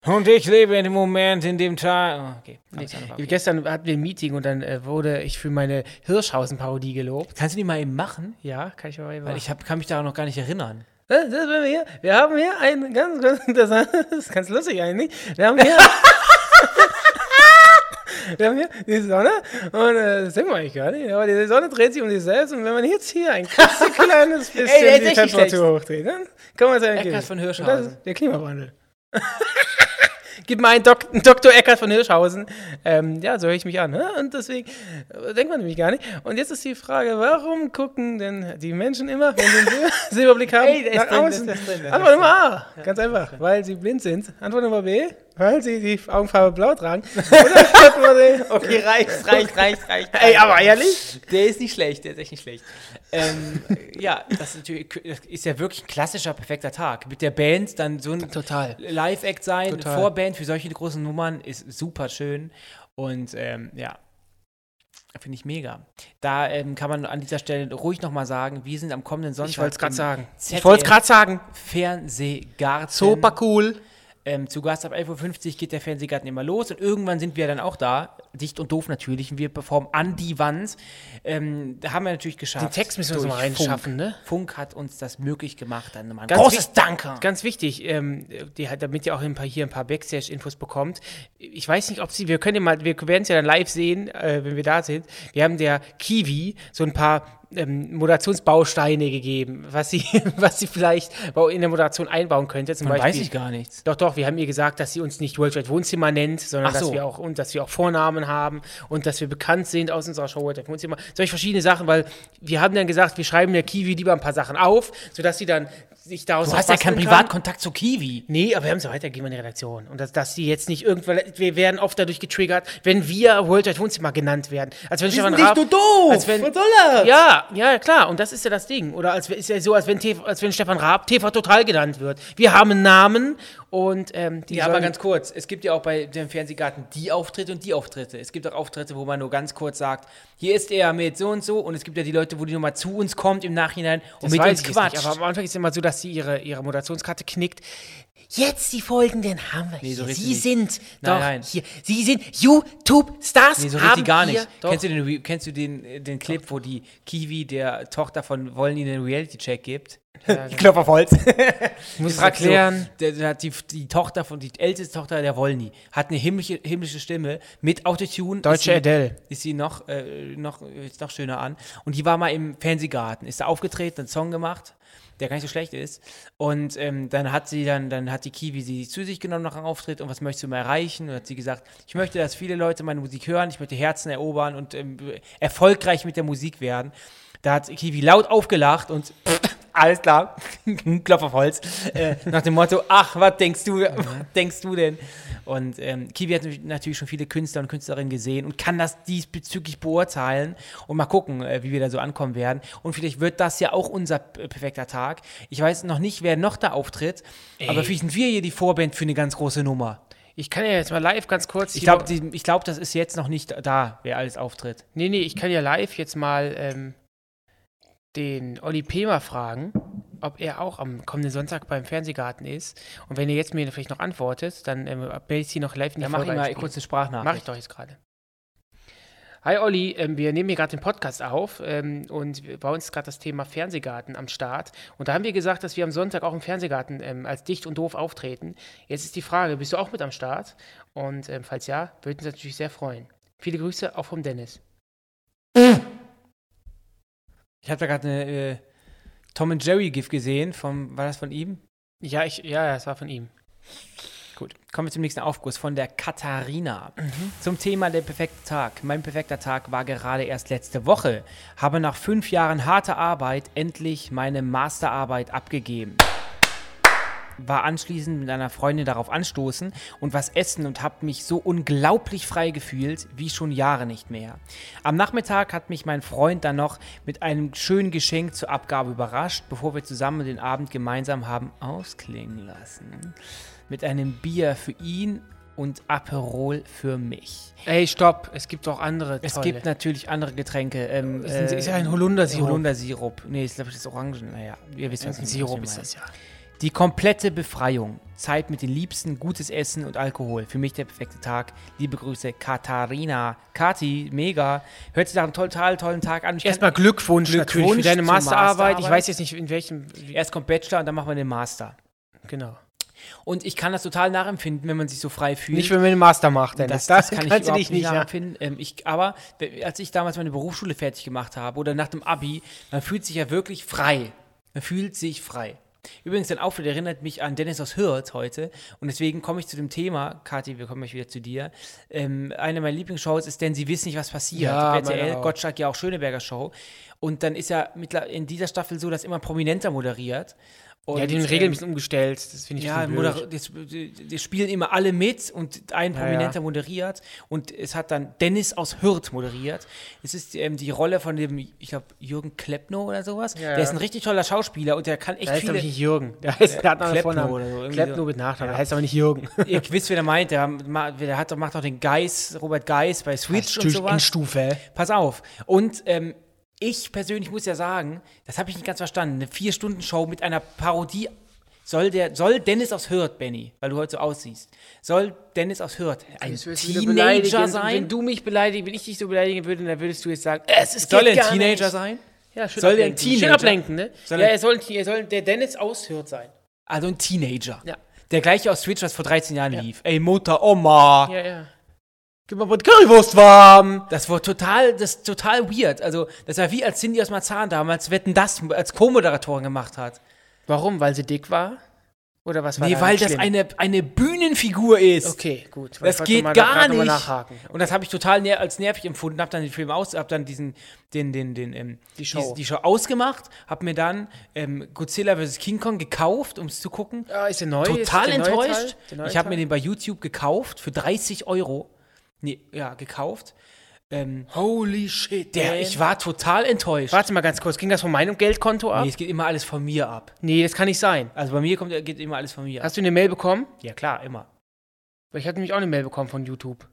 Und ich lebe in dem Moment, in dem Tag. Oh, Okay,
Nee,
Hab's auch noch, okay.
Äh, Gestern hatten wir ein Meeting und dann äh, wurde ich für meine Hirschhausen-Parodie gelobt.
Kannst du die mal eben machen?
Ja, kann ich aber eben
Weil ich hab, kann mich daran noch gar nicht erinnern.
Das, das wir, hier, wir haben hier ein ganz, ganz interessantes, das ist ganz lustig eigentlich. Wir haben hier. Wir haben hier die Sonne und äh, das sehen wir eigentlich gar nicht, aber die Sonne dreht sich um sich selbst und wenn man jetzt hier ein klitzekleines bisschen
der ist
die
richtig
Temperatur hochdreht, dann kann man es eigentlich.
Eckart von Hirschhausen.
Und Das ist der Klimawandel. Gib mal einen Dok Dr. Eckert von Hirschhausen. Ähm, ja, so höre ich mich an. ne? Und deswegen äh, denkt man nämlich gar nicht. Und jetzt ist die Frage, warum gucken denn die Menschen immer, wenn sie einen Sil Silberblick haben,
Ey, da ist
nach
drin, das
außen?
ist drin, das
Antwort Nummer A. Ganz einfach, weil sie blind sind. Antwort Nummer B, weil sie die Augenfarbe blau tragen. Oder Antwort Nummer D.
Okay, reicht, reicht, reicht, reicht.
Ey, aber ehrlich?
Der ist nicht schlecht, der ist echt nicht schlecht. Ähm, ja, das ist, natürlich, das ist ja wirklich ein klassischer, perfekter Tag. Mit der Band dann so ein
Total.
Live-Act sein,
Total.
Vorband für solche großen Nummern ist super schön. Und ähm, ja, finde ich mega. Da ähm, kann man an dieser Stelle ruhig nochmal sagen, wir sind am kommenden Sonntag.
Ich wollte es gerade
im
sagen. Ich
ZDF
wollte es gerade sagen.
Fernsehgarten.
Super cool.
Ähm, zu Gast ab 11.50 Uhr geht der Fernsehgarten immer los und irgendwann sind wir dann auch da. Dicht und doof natürlich. Und wir performen an die Wand. Ähm, da haben wir natürlich geschafft.
Den Text müssen wir uns
Durch
mal reinschaffen,
Funk.
ne?
Funk hat uns das möglich gemacht. Dann nochmal ein
Ganz
großes
wich-
Danke.
Ganz wichtig, ähm, die, hat- damit ihr auch ein paar, hier ein paar Backstage-Infos bekommt. Ich weiß nicht, ob sie, wir können ja mal, wir werden es ja dann live sehen, äh, wenn wir da sind. Wir haben der Kiwi so ein paar ähm, Moderationsbausteine gegeben, was sie, was sie vielleicht bei- in der Moderation einbauen könnte. Zum
Man
Beispiel.
weiß ich gar nichts.
Doch, doch, wir haben ihr gesagt, dass sie uns nicht World Wide Wohnzimmer nennt, sondern
Ach so.
dass wir auch und dass wir auch Vornamen haben und dass wir bekannt sind aus unserer Show World Wide Wohnzimmer. Solche verschiedene Sachen, weil wir haben dann gesagt, wir schreiben der Kiwi lieber ein paar Sachen auf, sodass sie dann sich daraus
Du hast ja
was
keinen
basteln kann.
Privatkontakt zu Kiwi.
Nee, aber wir haben es ja weitergegeben an die Redaktion. Und dass, dass sie jetzt nicht irgendwann, wir werden oft dadurch getriggert, wenn wir World Wide Wohnzimmer genannt werden. Als wenn Stefan Raab,
doof!
als wenn-
Was soll das?
ja, ja, klar. Und das ist ja das Ding. Oder als, ist ja so, als wenn, TV, als wenn Stefan Raab TV Total genannt wird. Wir haben einen Namen und ähm, die
Ja, aber
sollen-
ganz kurz, es gibt ja auch bei dem Fernsehgarten die Auftritte und die Auftritte. Es gibt auch Auftritte, wo man nur ganz kurz sagt, hier ist er mit so und so und es gibt ja die Leute, wo die nochmal zu uns kommt im Nachhinein und
Das
mit
weiß
uns
ich jetzt
quatscht.
Nicht, aber am Anfang ist es immer so, dass sie ihre, ihre Moderationskarte knickt. Jetzt die folgenden haben wir
so
hier.
richtig
sie
nicht.
sind
Nein,
doch
nein.
hier. Sie sind YouTube-Stars.
Nee, so
haben
richtig gar
wir
nicht.
Doch.
Kennst du, den, Re- kennst du den, äh, den Clip, wo die Kiwi der Tochter von Wollen die den Reality-Check gibt? Klopf auf Holz.
Ich muss es
sagt
erklären.
So, der, der hat die, die Tochter von, die älteste Tochter der Wolny, hat eine himmlische, himmlische Stimme mit Autotune.
Deutsche
Ist sie-
Adele.
Ist sie noch, äh, noch, ist noch schöner an. Und die war mal im Fernsehgarten, ist da aufgetreten, einen Song gemacht, der gar nicht so schlecht ist. Und ähm, dann hat sie dann, dann hat die Kiwi sie zu sich genommen nach einem Auftritt und was möchtest du mal erreichen? Und hat sie gesagt, ich möchte, dass viele Leute meine Musik hören, ich möchte Herzen erobern und ähm, erfolgreich mit der Musik werden. Da hat Kiwi laut aufgelacht und alles klar, Klopf auf Holz, äh, nach dem Motto, ach, was denkst du, was denkst du denn? Und ähm, Kiwi hat natürlich schon viele Künstler und Künstlerinnen gesehen und kann das diesbezüglich beurteilen und mal gucken, äh, wie wir da so ankommen werden. Und vielleicht wird das ja auch unser p- perfekter Tag. Ich weiß noch nicht, wer noch da auftritt, aber vielleicht sind wir hier die Vorband für eine ganz große Nummer.
Ich kann ja jetzt mal live ganz kurz.
Ich
hier
glaube, ich glaub, das ist jetzt noch nicht da, wer alles auftritt.
Nee, nee, ich kann ja live jetzt mal ähm, den Olli Pema fragen, ob er auch am kommenden Sonntag beim Fernsehgarten ist. Und wenn ihr jetzt mir vielleicht noch antwortet, dann ähm, werde ich sie noch live in die
Dann mach ich
Folge
mal
einspielen.
kurz eine Sprachnachricht.
Mach ich doch jetzt gerade. Hi Olli, ähm, wir nehmen hier gerade den Podcast auf ähm, und wir- bei uns ist gerade das Thema Fernsehgarten am Start. Und da haben wir gesagt, dass wir am Sonntag auch im Fernsehgarten ähm, als dicht und doof auftreten. Jetzt ist die Frage, bist du auch mit am Start? Und ähm, falls ja, würden wir uns natürlich sehr freuen. Viele Grüße, auch vom Dennis.
Ich habe da gerade eine äh, Tom and Jerry GIF gesehen. Vom, war das von ihm?
Ja, ich, ja, ja, es war von ihm.
Gut. Kommen wir zum nächsten Aufguss von der Katharina. Zum Thema der perfekte Tag. Mein perfekter Tag war gerade erst letzte Woche. Habe nach fünf Jahren harter Arbeit endlich meine Masterarbeit abgegeben. War anschließend mit einer Freundin darauf anstoßen und was essen und habe mich so unglaublich frei gefühlt wie schon Jahre nicht mehr. Am Nachmittag hat mich mein Freund dann noch mit einem schönen Geschenk zur Abgabe überrascht, bevor wir zusammen den Abend gemeinsam haben ausklingen lassen mit einem Bier für ihn und Aperol für mich.
Ey, stopp, es gibt auch andere.
Es
tolle.
gibt natürlich andere Getränke. Ähm,
Ist ein- ist ja ein Holundersirup.
Holundersirup. Nee, ist glaube ich das ist Orangen. Naja, ihr wisst was
ein
ich-
Sirup
was ich
ist
meine.
das ja.
Die komplette Befreiung. Zeit mit den Liebsten, gutes Essen und Alkohol. Für mich der perfekte Tag. Liebe Grüße, Katharina. Kati, mega. Hört sich nach einem total tollen Tag an. Ich kann-
Erstmal Glückwunsch, natürlich für
Glückwunsch
deine
zur
Masterarbeit. Ich
Masterarbeit.
weiß jetzt nicht, in welchem. wie-
Erst kommt Bachelor und dann machen wir den Master.
Genau.
Und ich kann das total nachempfinden, wenn man sich so frei fühlt.
Nicht, wenn man den Master macht, Dennis.
Das, das, kann ich
kannst du
überhaupt
dich
nicht
ja.
nachempfinden. Ähm, ich, aber w- als ich damals meine Berufsschule fertig gemacht habe oder nach dem Abi, man fühlt sich ja wirklich frei. Man fühlt sich frei. Übrigens, dein Auftritt erinnert mich an Dennis aus Hürth heute. Und deswegen komme ich zu dem Thema, Kathi, wir kommen gleich wieder zu dir. Ähm, eine meiner Lieblingsshows ist, denn sie wissen nicht, was passiert.
Ja,
RTL,
meine auch.
Gottschalk ja auch Schöneberger Show. Und dann ist ja mittler- in dieser Staffel so, dass immer Prominenter moderiert. Und,
Ja, die haben die Regeln ein bisschen umgestellt. Das finde ich
ja,
ein bisschen blöd.
moder- das, das spielen immer alle mit und ein Prominenter moderiert und es hat dann Dennis aus Hürth moderiert. Es ist ähm, die Rolle von dem, ich glaube, Jürgen Kleppno oder sowas.
Ja,
der
ja.
ist ein richtig toller Schauspieler und der kann echt
Der heißt aber
viele.
nicht Jürgen. Der heißt der hat einen anderen
Kleppner
Vornamen.
oder so, irgendwie
Kleppner
so.
mit Nachnamen. Der heißt aber nicht Jürgen.
Ihr wisst, wer der meint. Der, ma- der hat, macht auch den Geis, Robert Geis bei Switch und sowas.
Endstufe.
Pass auf. Und ähm, ich persönlich muss ja sagen, das habe ich nicht ganz verstanden. Eine Vier-Stunden-Show mit einer Parodie. Soll, der, soll Dennis aus Hürth, Benny, weil du heute so aussiehst, soll Dennis aus Hürth ein Teenager sein?
Wenn du mich beleidigst, wenn ich dich so beleidigen würde, dann würdest du jetzt sagen, es ist
Soll er ein Teenager sein?
Ja, schön
Soll er ein
ablenken. Schön
Teenager-
ablenken, ne?
Soll
ja,
er-
er soll, ein Teen- er soll der Dennis aushört sein.
Also ein Teenager.
Ja.
Der gleiche aus Switch, was vor 13 Jahren lief. Ey, Mutter, Oma.
Ja, ja. Gib mal was Currywurst warm.
Das war total, das ist total weird. Also, das war wie als Cindy aus Marzahn damals Wetten das als Co-Moderatorin gemacht hat.
Warum? Weil sie dick war? Oder was war
Nee,
daran
weil das
schlimm?
eine, eine Bühnenfigur ist.
Okay, gut. Ich
Das
wollte
geht
mal da
gar
gerade mal
nicht.
Nachhaken.
Und das habe ich total ner als nervig empfunden. Habe dann den Film aus, habe dann diesen, den, den, den, ähm,
Die Show.
Die, die Show ausgemacht. Habe mir dann ähm, Godzilla vs. King Kong gekauft, um es zu gucken.
Ah, ist der neu? Ist
total
der neue Teil?
enttäuscht.
Der halt. neue
Ich habe mir
Teil?
den bei YouTube gekauft für 30 Euro. Nee, ja, gekauft. Ähm,
Holy shit.
Der, ich war total enttäuscht.
Warte mal ganz kurz. Ging das von meinem Geldkonto ab?
Nee, es geht immer alles von mir ab.
Nee, das kann nicht sein.
Also bei mir kommt, geht immer alles von mir ab.
Hast du eine Mail bekommen?
Ja, klar, immer.
Weil ich hatte nämlich auch eine Mail bekommen von YouTube.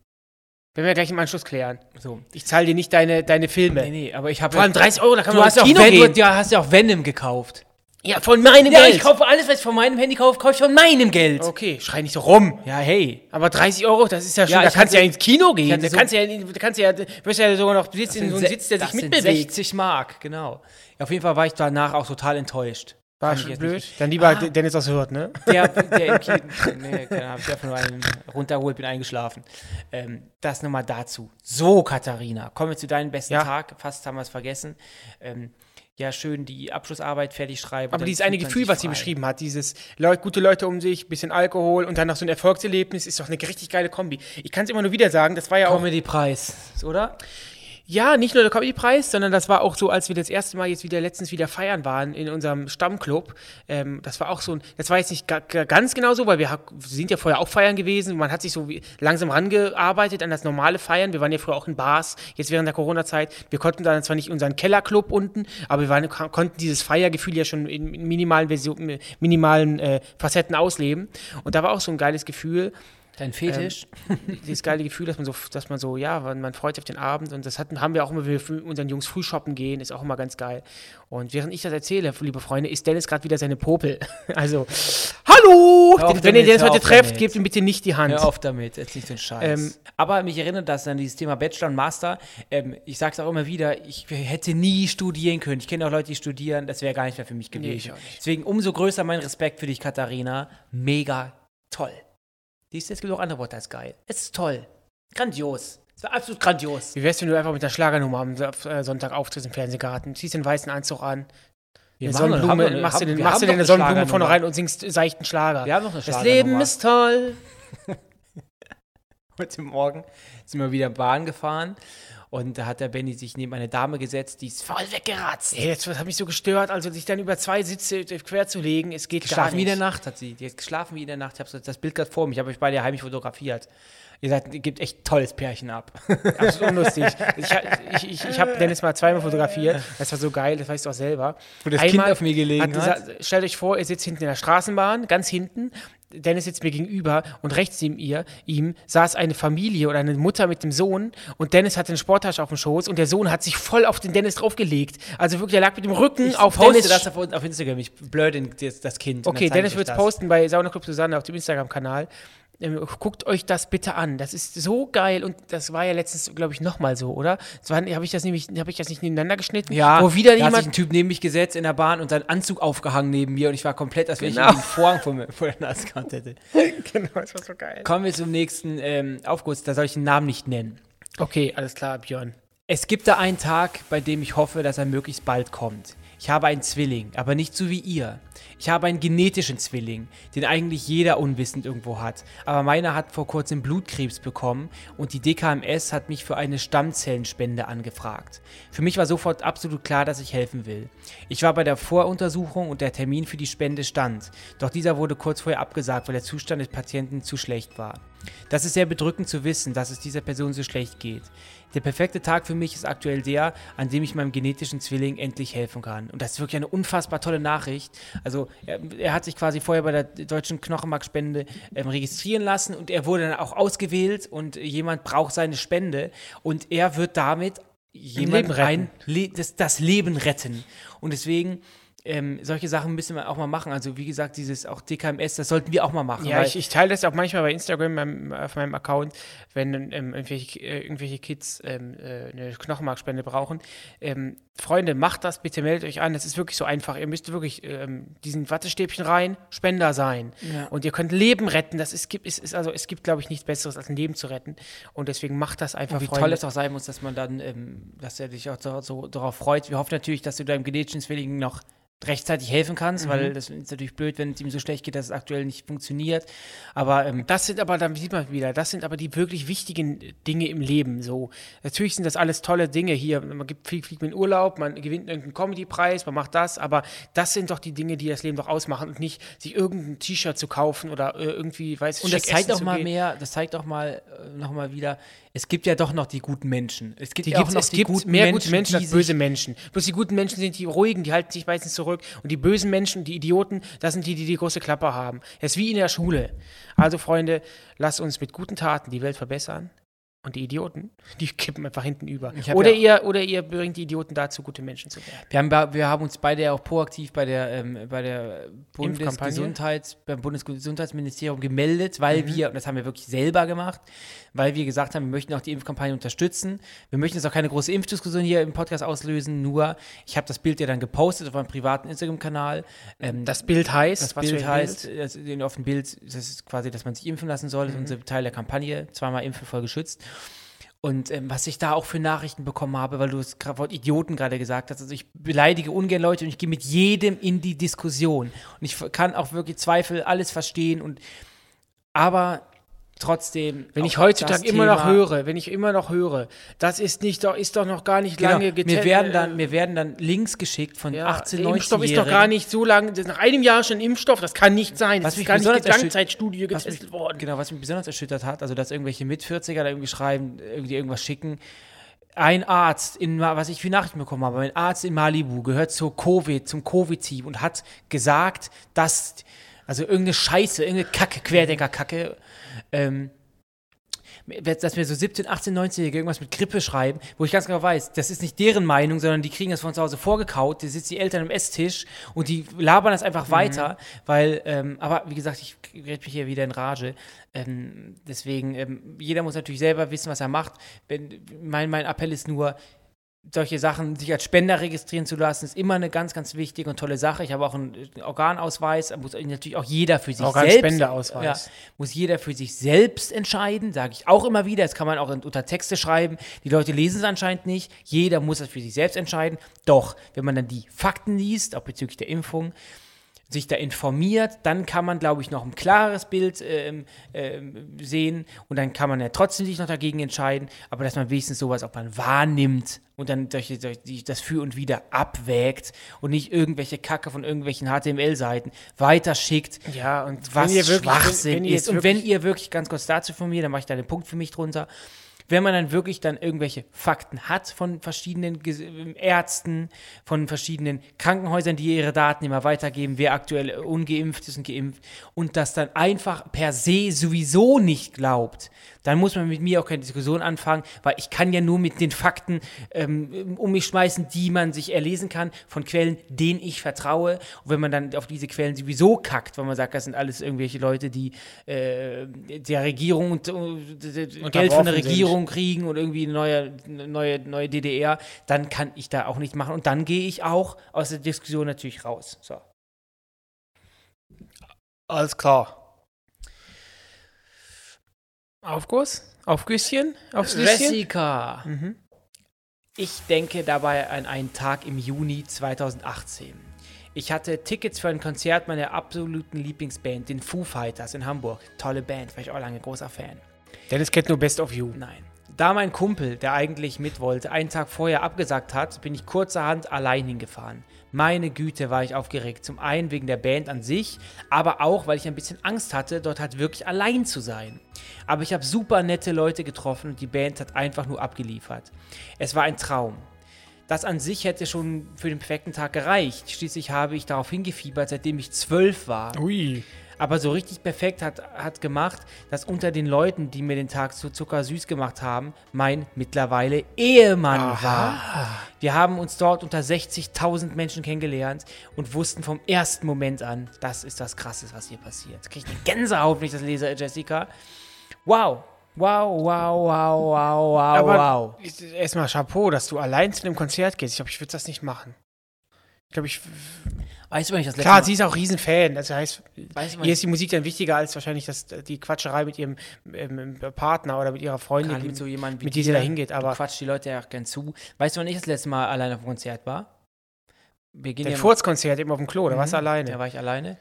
Werden wir gleich im Anschluss klären.
So.
Ich zahle dir nicht deine, deine Filme.
Nee, nee, aber ich habe.
Vor allem 30 Euro, da kann
Du
man ins
hast ja auch
Kino
Venom,
gehen.
du hast ja auch Venom gekauft.
Ja, von meinem
Ja,
Geld.
ich kaufe alles, was ich von meinem Handy kaufe, kaufe ich von meinem Geld.
okay, schrei nicht so rum.
Ja, hey.
Aber 30 Euro, das ist ja schon,
Ja,
da
ich
kannst du ja
hatte-
ins Kino gehen.
hatte
Da
so-
kannst du ja, in- da kannst du ja, du wirst ja sogar noch sitzen in so einem Sitz, der sich
das sind
mitbewegt.
60 Mark, genau. Ja, auf jeden Fall war ich danach auch total enttäuscht.
War
Fand ich
schon
jetzt
blöd.
nicht- Ah.
Dann lieber Dennis aus Hürth, ne?
Der, der im Kino. Nee, keine Ahnung, hab ich einfach nur einen runtergeholt, bin eingeschlafen. Ähm, das nochmal dazu. So, Katharina, kommen wir zu deinem besten
Ja.
Tag. Fast haben wir es vergessen. Ähm, ja, schön die Abschlussarbeit fertig schreiben.
Aber
dann
dieses
fühlt
eine
man
Gefühl,
sich
was sie
frei.
beschrieben hat, dieses Leu gute Leute um sich, bisschen Alkohol und dann noch so ein Erfolgserlebnis, ist doch eine richtig geile Kombi. Ich kann es immer nur wieder sagen, das war ja auch.
Comedy-Preis, oder?
Ja, nicht nur der Comedy-Preis, sondern das war auch so, als wir das erste Mal jetzt wieder letztens wieder feiern waren in unserem Stammclub. Ähm, das war auch so ein, das war jetzt nicht ga, ga, ganz genau so, weil wir ha- sind ja vorher auch feiern gewesen. Man hat sich so wie langsam rangearbeitet an das normale Feiern. Wir waren ja früher auch in Bars, jetzt während der Corona-Zeit. Wir konnten dann zwar nicht unseren Kellerclub unten, aber wir waren, ka- konnten dieses Feiergefühl ja schon in in minimalen, Version, minimalen äh, Facetten ausleben. Und da war auch so ein geiles Gefühl
Dein Fetisch?
dieses geile Gefühl, dass man so, dass man so, ja, man, man freut sich auf den Abend und das hatten, haben wir auch immer, wenn wir mit unseren Jungs früh shoppen gehen, ist auch immer ganz geil. Und während ich das erzähle, liebe Freunde, ist Dennis gerade wieder seine Popel. Also, hallo!
Hör auf
Den, wenn ihr
damit,
Dennis
hör
heute
auf
trefft,
damit.
gebt ihm bitte nicht die Hand.
Hör auf damit, jetzt nicht so ein Scheiß.
Ähm,
Aber mich erinnert das an dieses Thema Bachelor und Master. Ähm, ich sag's auch immer wieder, ich hätte nie studieren können. Ich kenne auch Leute, die studieren, das wäre gar nicht mehr für mich
ich
gewesen.
auch nicht.
Deswegen umso größer mein Respekt für dich, Katharina. Mega toll. Siehst du, es gibt auch andere Worte als geil. Es ist toll. Grandios. Es war absolut grandios.
Wie wär's, wenn du einfach mit einer Schlagernummer am Sa- äh, Sonntag auftrittst im Fernsehgarten, ziehst den weißen Anzug an, eine
machen- haben wir
Sonnenblume,
eine-
machst dir
haben-
den-
wir
machst dir
haben doch
deine
eine
Sonnenblume vorne
Schlagernummer.
rein und singst seichten Schlager.
Wir haben noch eine
das Leben
Schlagernummer.
ist toll.
Heute Morgen sind wir wieder Bahn gefahren und da hat der Benny sich neben eine Dame gesetzt, die ist voll weggeratzt.
Ey, das hat mich so gestört, also sich dann über zwei Sitze quer zu legen, es geht gar
Geschlafen
nicht.
wie in der Nacht hat sie. Die hat geschlafen wie in der Nacht. Ich habe das Bild gerade vor mir. Ich habe euch beide heimlich fotografiert. Ihr seid, ihr gebt echt tolles Pärchen ab.
absolut unlustig. Ich, ich, ich, ich habe Dennis mal zweimal fotografiert. Das war so geil, das weißt du auch selber. Wo
das Kind auf mir gelegen hat.
Stellt euch vor, ihr sitzt hinten in der Straßenbahn, ganz hinten. Dennis sitzt mir gegenüber und rechts neben ihr, ihm saß eine Familie oder eine Mutter mit dem Sohn und Dennis hatte eine Sporttasche auf dem Schoß und der Sohn hat sich voll auf den Dennis draufgelegt. Also wirklich, er lag mit dem Rücken auf
poste
Dennis.
das auf, auf Instagram. Ich blöde das, das Kind. und
Okay,
dann zeig
Dennis
ich euch
wird es
das.
posten bei Sauna Club Susanne auf dem Instagram-Kanal. Ähm, Guckt euch das bitte an. Das ist so geil und das war ja letztens, glaube ich, nochmal so, oder? Habe ich das nämlich, habe ich das nicht nebeneinander geschnitten?
Ja,
Wo wieder
da hat sich ein
jemand.
Typ neben mich gesetzt in der Bahn und seinen Anzug aufgehangen neben mir und ich war komplett, als wenn
Genau.
ich einen Vorhang vor, mir, vor der Nase gehabt hätte.
genau, das war so geil.
Kommen wir zum nächsten ähm, Aufguss. Da soll ich den Namen nicht nennen.
Okay, alles klar, Björn.
Es gibt da einen Tag, bei dem ich hoffe, dass er möglichst bald kommt. Ich habe einen Zwilling, aber nicht so wie ihr. Ich habe einen genetischen Zwilling, den eigentlich jeder unwissend irgendwo hat. Aber meiner hat vor kurzem Blutkrebs bekommen und die DKMS hat mich für eine Stammzellenspende angefragt. Für mich war sofort absolut klar, dass ich helfen will. Ich war bei der Voruntersuchung und der Termin für die Spende stand. Doch dieser wurde kurz vorher abgesagt, weil der Zustand des Patienten zu schlecht war. Das ist sehr bedrückend zu wissen, dass es dieser Person so schlecht geht. Der perfekte Tag für mich ist aktuell der, an dem ich meinem genetischen Zwilling endlich helfen kann. Und das ist wirklich eine unfassbar tolle Nachricht. Also er, er hat sich quasi vorher bei der deutschen Knochenmarkspende ähm, registrieren lassen und er wurde dann auch ausgewählt und jemand braucht seine Spende und er wird damit jemand
Leben retten.
ein Le das, das Leben retten. Und deswegen ähm, solche Sachen müssen wir auch mal machen. Also wie gesagt, dieses auch DKMS, das sollten wir auch mal machen.
Ja,
weil-
ich, ich teile das auch manchmal bei Instagram meinem, äh, auf meinem Account, wenn ähm, irgendwelche, äh, irgendwelche Kids ähm, äh, eine Knochenmarkspende brauchen. Ähm, Freunde, macht das bitte, meldet euch an. Das ist wirklich so einfach. Ihr müsst wirklich ähm, diesen Wattestäbchen rein, Spender sein. Und ihr könnt Leben retten. Das ist, gibt, ist, ist also, es gibt, glaube ich, nichts Besseres, als ein Leben zu retten. Und deswegen macht das einfach,
Wie
Freunde.
toll es auch sein muss, dass man dann, ähm, dass er dich auch so, so darauf freut. Wir hoffen natürlich, dass du deinem genetischen Zwilling noch rechtzeitig helfen kannst, weil
Mhm.
das ist natürlich blöd, wenn es ihm so schlecht geht, dass es aktuell nicht funktioniert. Aber ähm,
Das sind aber, dann sieht man wieder, das sind aber die wirklich wichtigen Dinge im Leben. So, natürlich sind das alles tolle Dinge hier. Man gibt, fliegt, fliegt mit in Urlaub, man gewinnt irgendeinen Comedy-Preis, man macht das, aber das sind doch die Dinge, die das Leben doch ausmachen und nicht sich irgendein T-Shirt zu kaufen oder äh, irgendwie, weiß ich
und das
schick
zeigt
essen
auch
zu
mal
gehen.
mehr, das zeigt auch mal äh, noch mal wieder, es gibt ja doch noch die guten Menschen. Es gibt
Die
ja auch
gibt's,
noch
es
die
gibt
guten
mehr gute
Menschen
Menschen
die
als böse Menschen. Bloß die guten Menschen sind die ruhigen, die halten sich meistens zurück. Und die bösen Menschen, die Idioten, das sind die, die die große Klappe haben. Das ist wie in der Schule. Also, Freunde, lasst uns mit guten Taten die Welt verbessern. Und die Idioten, die kippen einfach hinten über.
Ich hab
Oder, ihr, oder ihr bringt die Idioten dazu, gute Menschen zu werden.
Wir haben, ba- wir haben uns beide ja auch proaktiv bei der, ähm, bei der
Impfkampagne.
Bundesgesundheits, beim Bundesgesundheitsministerium gemeldet, weil wir, und das haben wir wirklich selber gemacht, weil wir gesagt haben, wir möchten auch die Impfkampagne unterstützen. Wir möchten jetzt auch keine große Impfdiskussion hier im Podcast auslösen, nur ich habe das Bild ja dann gepostet auf meinem privaten Instagram-Kanal. Ähm,
Das Bild heißt,
das
für
Bild
ein
heißt, das, den auf dem Bild, das ist quasi, dass man sich impfen lassen soll, das ist unser Teil der Kampagne, zweimal impfen voll geschützt. Und ähm, was ich da auch für Nachrichten bekommen habe, weil du das gra- Wort Idioten gerade gesagt hast, also ich beleidige ungern Leute und ich gehe mit jedem in die Diskussion. Und ich f- kann auch wirklich Zweifel alles verstehen und aber Trotzdem.
Wenn ich
auch das
heutzutage immer noch
Thema-
höre, wenn ich immer noch höre, das ist nicht doch, ist doch noch gar nicht
Genau,
lange
mir,
getan-
werden dann, mir werden dann Links geschickt von
Ja,
18,
der
19
Impfstoff ist doch gar nicht so lange. Nach einem Jahr schon Impfstoff, das kann nicht sein.
Was
Das
mich
ist gar nicht mit
besonders erschüt-
Langzeitstudie
was
getestet
mich,
worden.
Genau, was mich besonders erschüttert hat, also dass irgendwelche Mit-40er da irgendwie schreiben, irgendwie irgendwas schicken. Ein Arzt in, Ma- was ich für Nachrichten bekommen habe, ein Arzt in Malibu gehört zur Covid, zum Covid-Team und hat gesagt, dass, also irgendeine Scheiße, irgendeine Kacke, Querdenker-Kacke, ähm, dass mir so 17, 18, 19-Jährige irgendwas mit Grippe schreiben, wo ich ganz genau weiß, das ist nicht deren Meinung, sondern die kriegen das von zu Hause vorgekaut, da sitzen die Eltern am Esstisch und die labern das einfach weiter, weil, ähm, aber wie gesagt, ich rede mich hier wieder in Rage. Ähm, deswegen, ähm, jeder muss natürlich selber wissen, was er macht. Wenn, mein, mein Appell ist nur, solche Sachen, sich als Spender registrieren zu lassen, ist immer eine ganz, ganz wichtige und tolle Sache. Ich habe auch einen äh, Organausweis, da muss natürlich auch jeder für sich selbst.
Organspendeausweis.
Ja, muss jeder für sich selbst entscheiden, sage ich auch immer wieder. Das kann man auch in, unter Texte schreiben. Die Leute lesen es anscheinend nicht. Jeder muss das für sich selbst entscheiden. Doch, wenn man dann die Fakten liest, auch bezüglich der Impfung, sich da informiert, dann kann man, glaube ich, noch ein klares Bild ähm, ähm, sehen und dann kann man ja trotzdem sich noch dagegen entscheiden, aber dass man wenigstens sowas auch mal wahrnimmt und dann durch, durch die, das Für und Wider abwägt und nicht irgendwelche Kacke von irgendwelchen HTML-Seiten weiterschickt,
Ja, und
was
wenn ihr wirklich,
Schwachsinn
wenn, wenn ihr
ist.
jetzt
Und
wirklich-
wenn ihr wirklich, ganz kurz dazu von mir, dann mache ich da den Punkt für mich drunter, wenn man dann wirklich dann irgendwelche Fakten hat von verschiedenen Ges- ähm, Ärzten, von verschiedenen Krankenhäusern, die ihre Daten immer weitergeben, wer aktuell äh, ungeimpft ist und geimpft, und das dann einfach per se sowieso nicht glaubt, dann muss man mit mir auch keine Diskussion anfangen, weil ich kann ja nur mit den Fakten ähm, um mich schmeißen, die man sich erlesen kann, von Quellen, denen ich vertraue. Und wenn man dann auf diese Quellen sowieso kackt, weil man sagt, das sind alles irgendwelche Leute, die äh, der Regierung und äh, Geld von der
Unterworfen sind.
Regierung kriegen und irgendwie eine neue, eine neue, neue DDR, dann kann ich da auch nichts machen. Und dann gehe ich auch aus der Diskussion natürlich raus. So.
Alles klar. Aufguss? Aufgüsschen? Aufs Nüsschen?
Jessica.
Mhm.
Ich denke dabei an einen Tag im Juni 2018. Ich hatte Tickets für ein Konzert meiner absoluten Lieblingsband, den Foo Fighters in Hamburg. Tolle Band, war ich auch lange großer Fan.
Dennis kennt nur Best of You.
Nein. Da mein Kumpel, der eigentlich mit wollte, einen Tag vorher abgesagt hat, bin ich kurzerhand allein hingefahren. Meine Güte, war ich aufgeregt. Zum einen wegen der Band an sich, aber auch, weil ich ein bisschen Angst hatte, dort halt wirklich allein zu sein. Aber ich habe super nette Leute getroffen und die Band hat einfach nur abgeliefert. Es war ein Traum. Das an sich hätte schon für den perfekten Tag gereicht. Schließlich habe ich darauf hingefiebert, seitdem ich zwölf war
Ui.
aber so richtig perfekt hat, hat gemacht, dass unter den Leuten, die mir den Tag so zuckersüß gemacht haben, mein mittlerweile Ehemann war. Wir haben uns dort unter 60.000 Menschen kennengelernt und wussten vom ersten Moment an, das ist das Krasseste, was hier passiert. Jetzt kriege ich eine Gänsehaut, wenn ich das lese, Jessica. Wow. Wow, wow, wow, wow, wow,
Aber
Oh, wow.
ist- erstmal Chapeau, dass du allein zu einem Konzert gehst. Ich glaube, ich würde das nicht machen. Ich glaube, ich.
Weißt du, wenn ich das letzte
Klar,
Mal-
sie ist auch Riesenfan. Das heißt,
Weißt du,
ihr ist die Musik dann wichtiger als wahrscheinlich das, die Quatscherei mit ihrem ähm, Partner oder mit ihrer Freundin.
Gerade mit so jemandem wie
mit die sie
dir,
da hingeht,
du
aber-
quatscht die Leute ja auch gern zu. Weißt du, wann ich das letzte Mal allein auf dem Konzert war? Wir gehen
Der
ja-
Furzkonzert eben auf dem Klo, da warst du alleine.
Da Mhm. war ich alleine.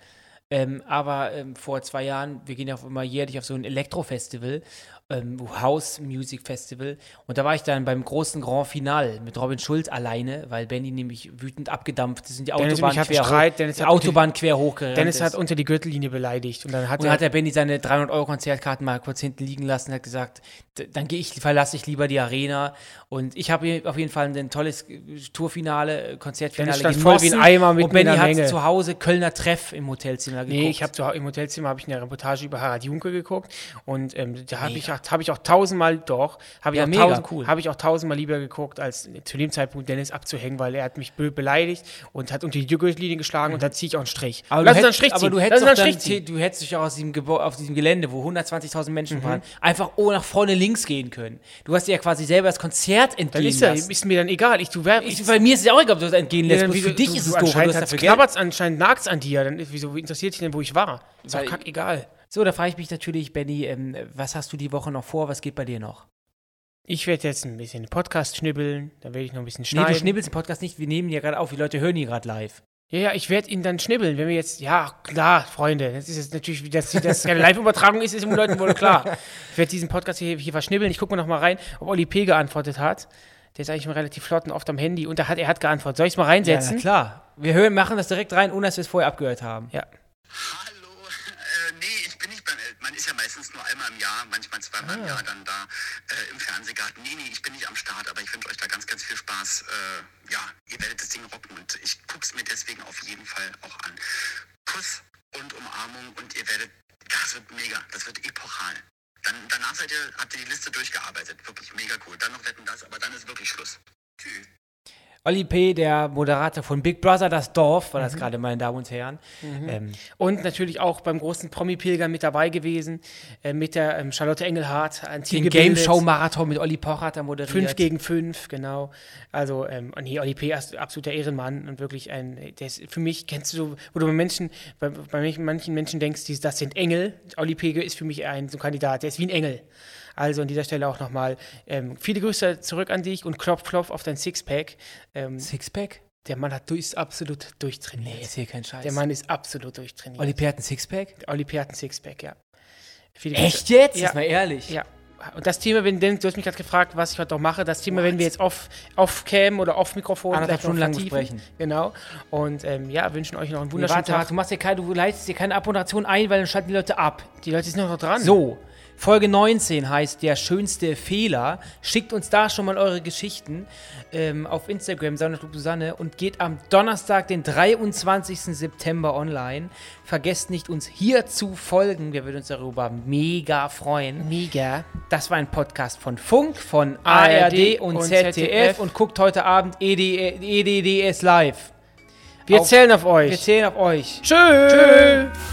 Ähm, aber ähm, vor zwei Jahren, wir gehen ja auch immer jährlich auf so ein Elektro-Festival, ähm, House Music Festival. Und da war ich dann beim großen Grand Finale mit Robin Schulz alleine, weil Benny nämlich wütend abgedampft ist und die
Dennis und
Autobahn
ich hatten
quer
Streit,
hoch,
Dennis
die
hat-
Autobahn quer hochgerannt
Dennis
ist.
hat unter die Gürtellinie beleidigt und dann hat
Und
er.
dann hat der Benny seine 300 Euro Konzertkarten mal kurz hinten liegen lassen und hat gesagt, "D- dann gehe ich, verlasse ich lieber die Arena. Und ich habe hier auf jeden Fall ein tolles äh, Tourfinale, äh, Konzertfinale
Dennis stand voll wie ein Eimer mitten
und Benny
in der
hat
Menge.
zu Hause Kölner Treff im Hotelzimmer geguckt.
Nee, ich habe im Hotelzimmer habe ich eine Reportage über Harald Junke geguckt und ähm, da habe ich, auch- hab ich auch tausendmal doch habe ich,
Ja,
auch
mega
tausend,
cool.
hab ich auch tausendmal lieber geguckt als zu dem Zeitpunkt Dennis abzuhängen, weil er hat mich blöd beleidigt und hat unter die Gürtellinie geschlagen und da ziehe ich auch einen Strich.
aber
Lass uns
du
einen
hättest,
Strich
aber
ziehen.
du
Lass
hättest,
uns einen
doch
Strich
dann,
ziehen. Mhm.
du hättest dich auch aus diesem, Gebäu- auf diesem Gelände, wo 120.000 Menschen waren, einfach oh nach vorne links gehen können. Du hast dir ja quasi selber das Konzert
Dann
entgehen
ist, ja,
lassen.
ist mir dann egal. Ich, du wär,
Ich, bei mir ist es ja auch egal, ob du das entgehen lässt.
dann
bloß
wieso-
für dich
du-
ist
du
es doof, weil du
Anscheinend,
hast
hat's
dafür Geld
knabbert's, anscheinend nagt's an dir. Dann, ist- wieso interessiert dich denn, wo ich war? Ist doch
Weil-
kackegal.
So, da frage ich mich natürlich, Benny, ähm, was hast du die Woche noch vor? Was geht bei dir noch?
Ich werde jetzt ein bisschen Podcast schnibbeln, dann werde ich noch ein bisschen
Nee,
schneiden.
du schnibbelst den Podcast nicht. Wir nehmen ihn ja gerade auf. Die Leute hören ihn gerade live.
Ja, ja, ich werde ihn dann schnibbeln, wenn wir jetzt. Ja, klar, Freunde. Das ist jetzt natürlich, dass das dass keine Live-Übertragung ist, ist dem Leuten wohl klar. Ich werde diesen Podcast hier, hier verschnibbeln. Ich gucke mal nochmal rein, ob Oli P. geantwortet hat. Der ist eigentlich mal relativ flott und oft am Handy. Und er hat, er hat geantwortet. Soll ich es mal
Ja,
reinsetzen?
na klar. Wir hören, machen das direkt rein, ohne dass wir es vorher abgehört haben.
Ja.
Hallo, äh, nee, ich bin nicht beim El Man ist ja meistens nur einmal im Jahr, manchmal zweimal im Jahr dann da äh, im Fernsehgarten. Nee, nee, ich bin nicht am Start, aber ich wünsche euch da ganz, ganz viel Spaß. Äh, ja, ihr werdet das Ding rocken und ich guck's mir deswegen auf jeden Fall auch an. Kuss und Umarmung und ihr werdet, das wird mega, das wird epochal. Dann, danach seid ihr, habt ihr die Liste durchgearbeitet. Wirklich mega cool. Dann noch wetten das, aber dann ist wirklich Schluss. Tschüss.
Olli P., der Moderator von Big Brother, das Dorf, war
Mhm.
das gerade, meine Damen und Herren. Ähm,
Und natürlich auch beim großen Promi-Pilger mit dabei gewesen. Äh, mit der ähm, Charlotte Engelhardt. Ein Team
den Game
gebildet.
Show Marathon mit Olli Pocher hat er moderiert.
5 gegen 5, genau. Also, ähm, und hier, Oli P. ist absoluter Ehrenmann und wirklich ein, der ist für mich, kennst du so, wo du bei Menschen, bei, bei manchen- manchen Menschen denkst, die, das sind Engel. Oli P. ist für mich ein, so ein Kandidat, der ist wie ein Engel. Also an dieser Stelle auch nochmal ähm, viele Grüße zurück an dich und klopf, klopf auf dein Sixpack. Ähm,
Sixpack?
der Mann hat, du- ist absolut
Nee,
durchtrainiert.
ist hier kein Scheiß.
der Mann ist absolut durchtrainiert.
Olli P. hat ein Sixpack?
Oli P. hat ein Sixpack, ja. Viele Grüße.
Echt jetzt?
Ja.
Ist mal ehrlich.
Ja. Und das Thema, wenn denn, du hast mich gerade gefragt, was ich heute noch mache. Das Thema, wenn wir jetzt off, off Cam oder off Mikrofon
Anderthalb
vielleicht noch
Stunden lang
vertiefen.
besprechen.
Genau. Und ähm, ja, wünschen euch noch einen
Nee,
wunderschönen
warte, warte,
Tag.
du, machst dir keine, du leitest dir keine Abmoderation ein, weil dann schalten die Leute ab.
Die Leute sind noch dran.
So, Folge 19 heißt Der schönste Fehler. Schickt uns da schon mal eure Geschichten ähm, auf Instagram, Saunaclub Susanne, und geht am Donnerstag, den 23. September online. Vergesst nicht, uns hier zu folgen. Wir würden uns darüber mega freuen.
Mega.
Das war ein Podcast von Funk, von
ARD
ARD und,
und
ZDF.
ZDF.
Und guckt heute Abend E ED, EDDS Live.
Wir
Auf-
zählen auf euch.
Wir zählen auf euch.
Tschö. Tschö.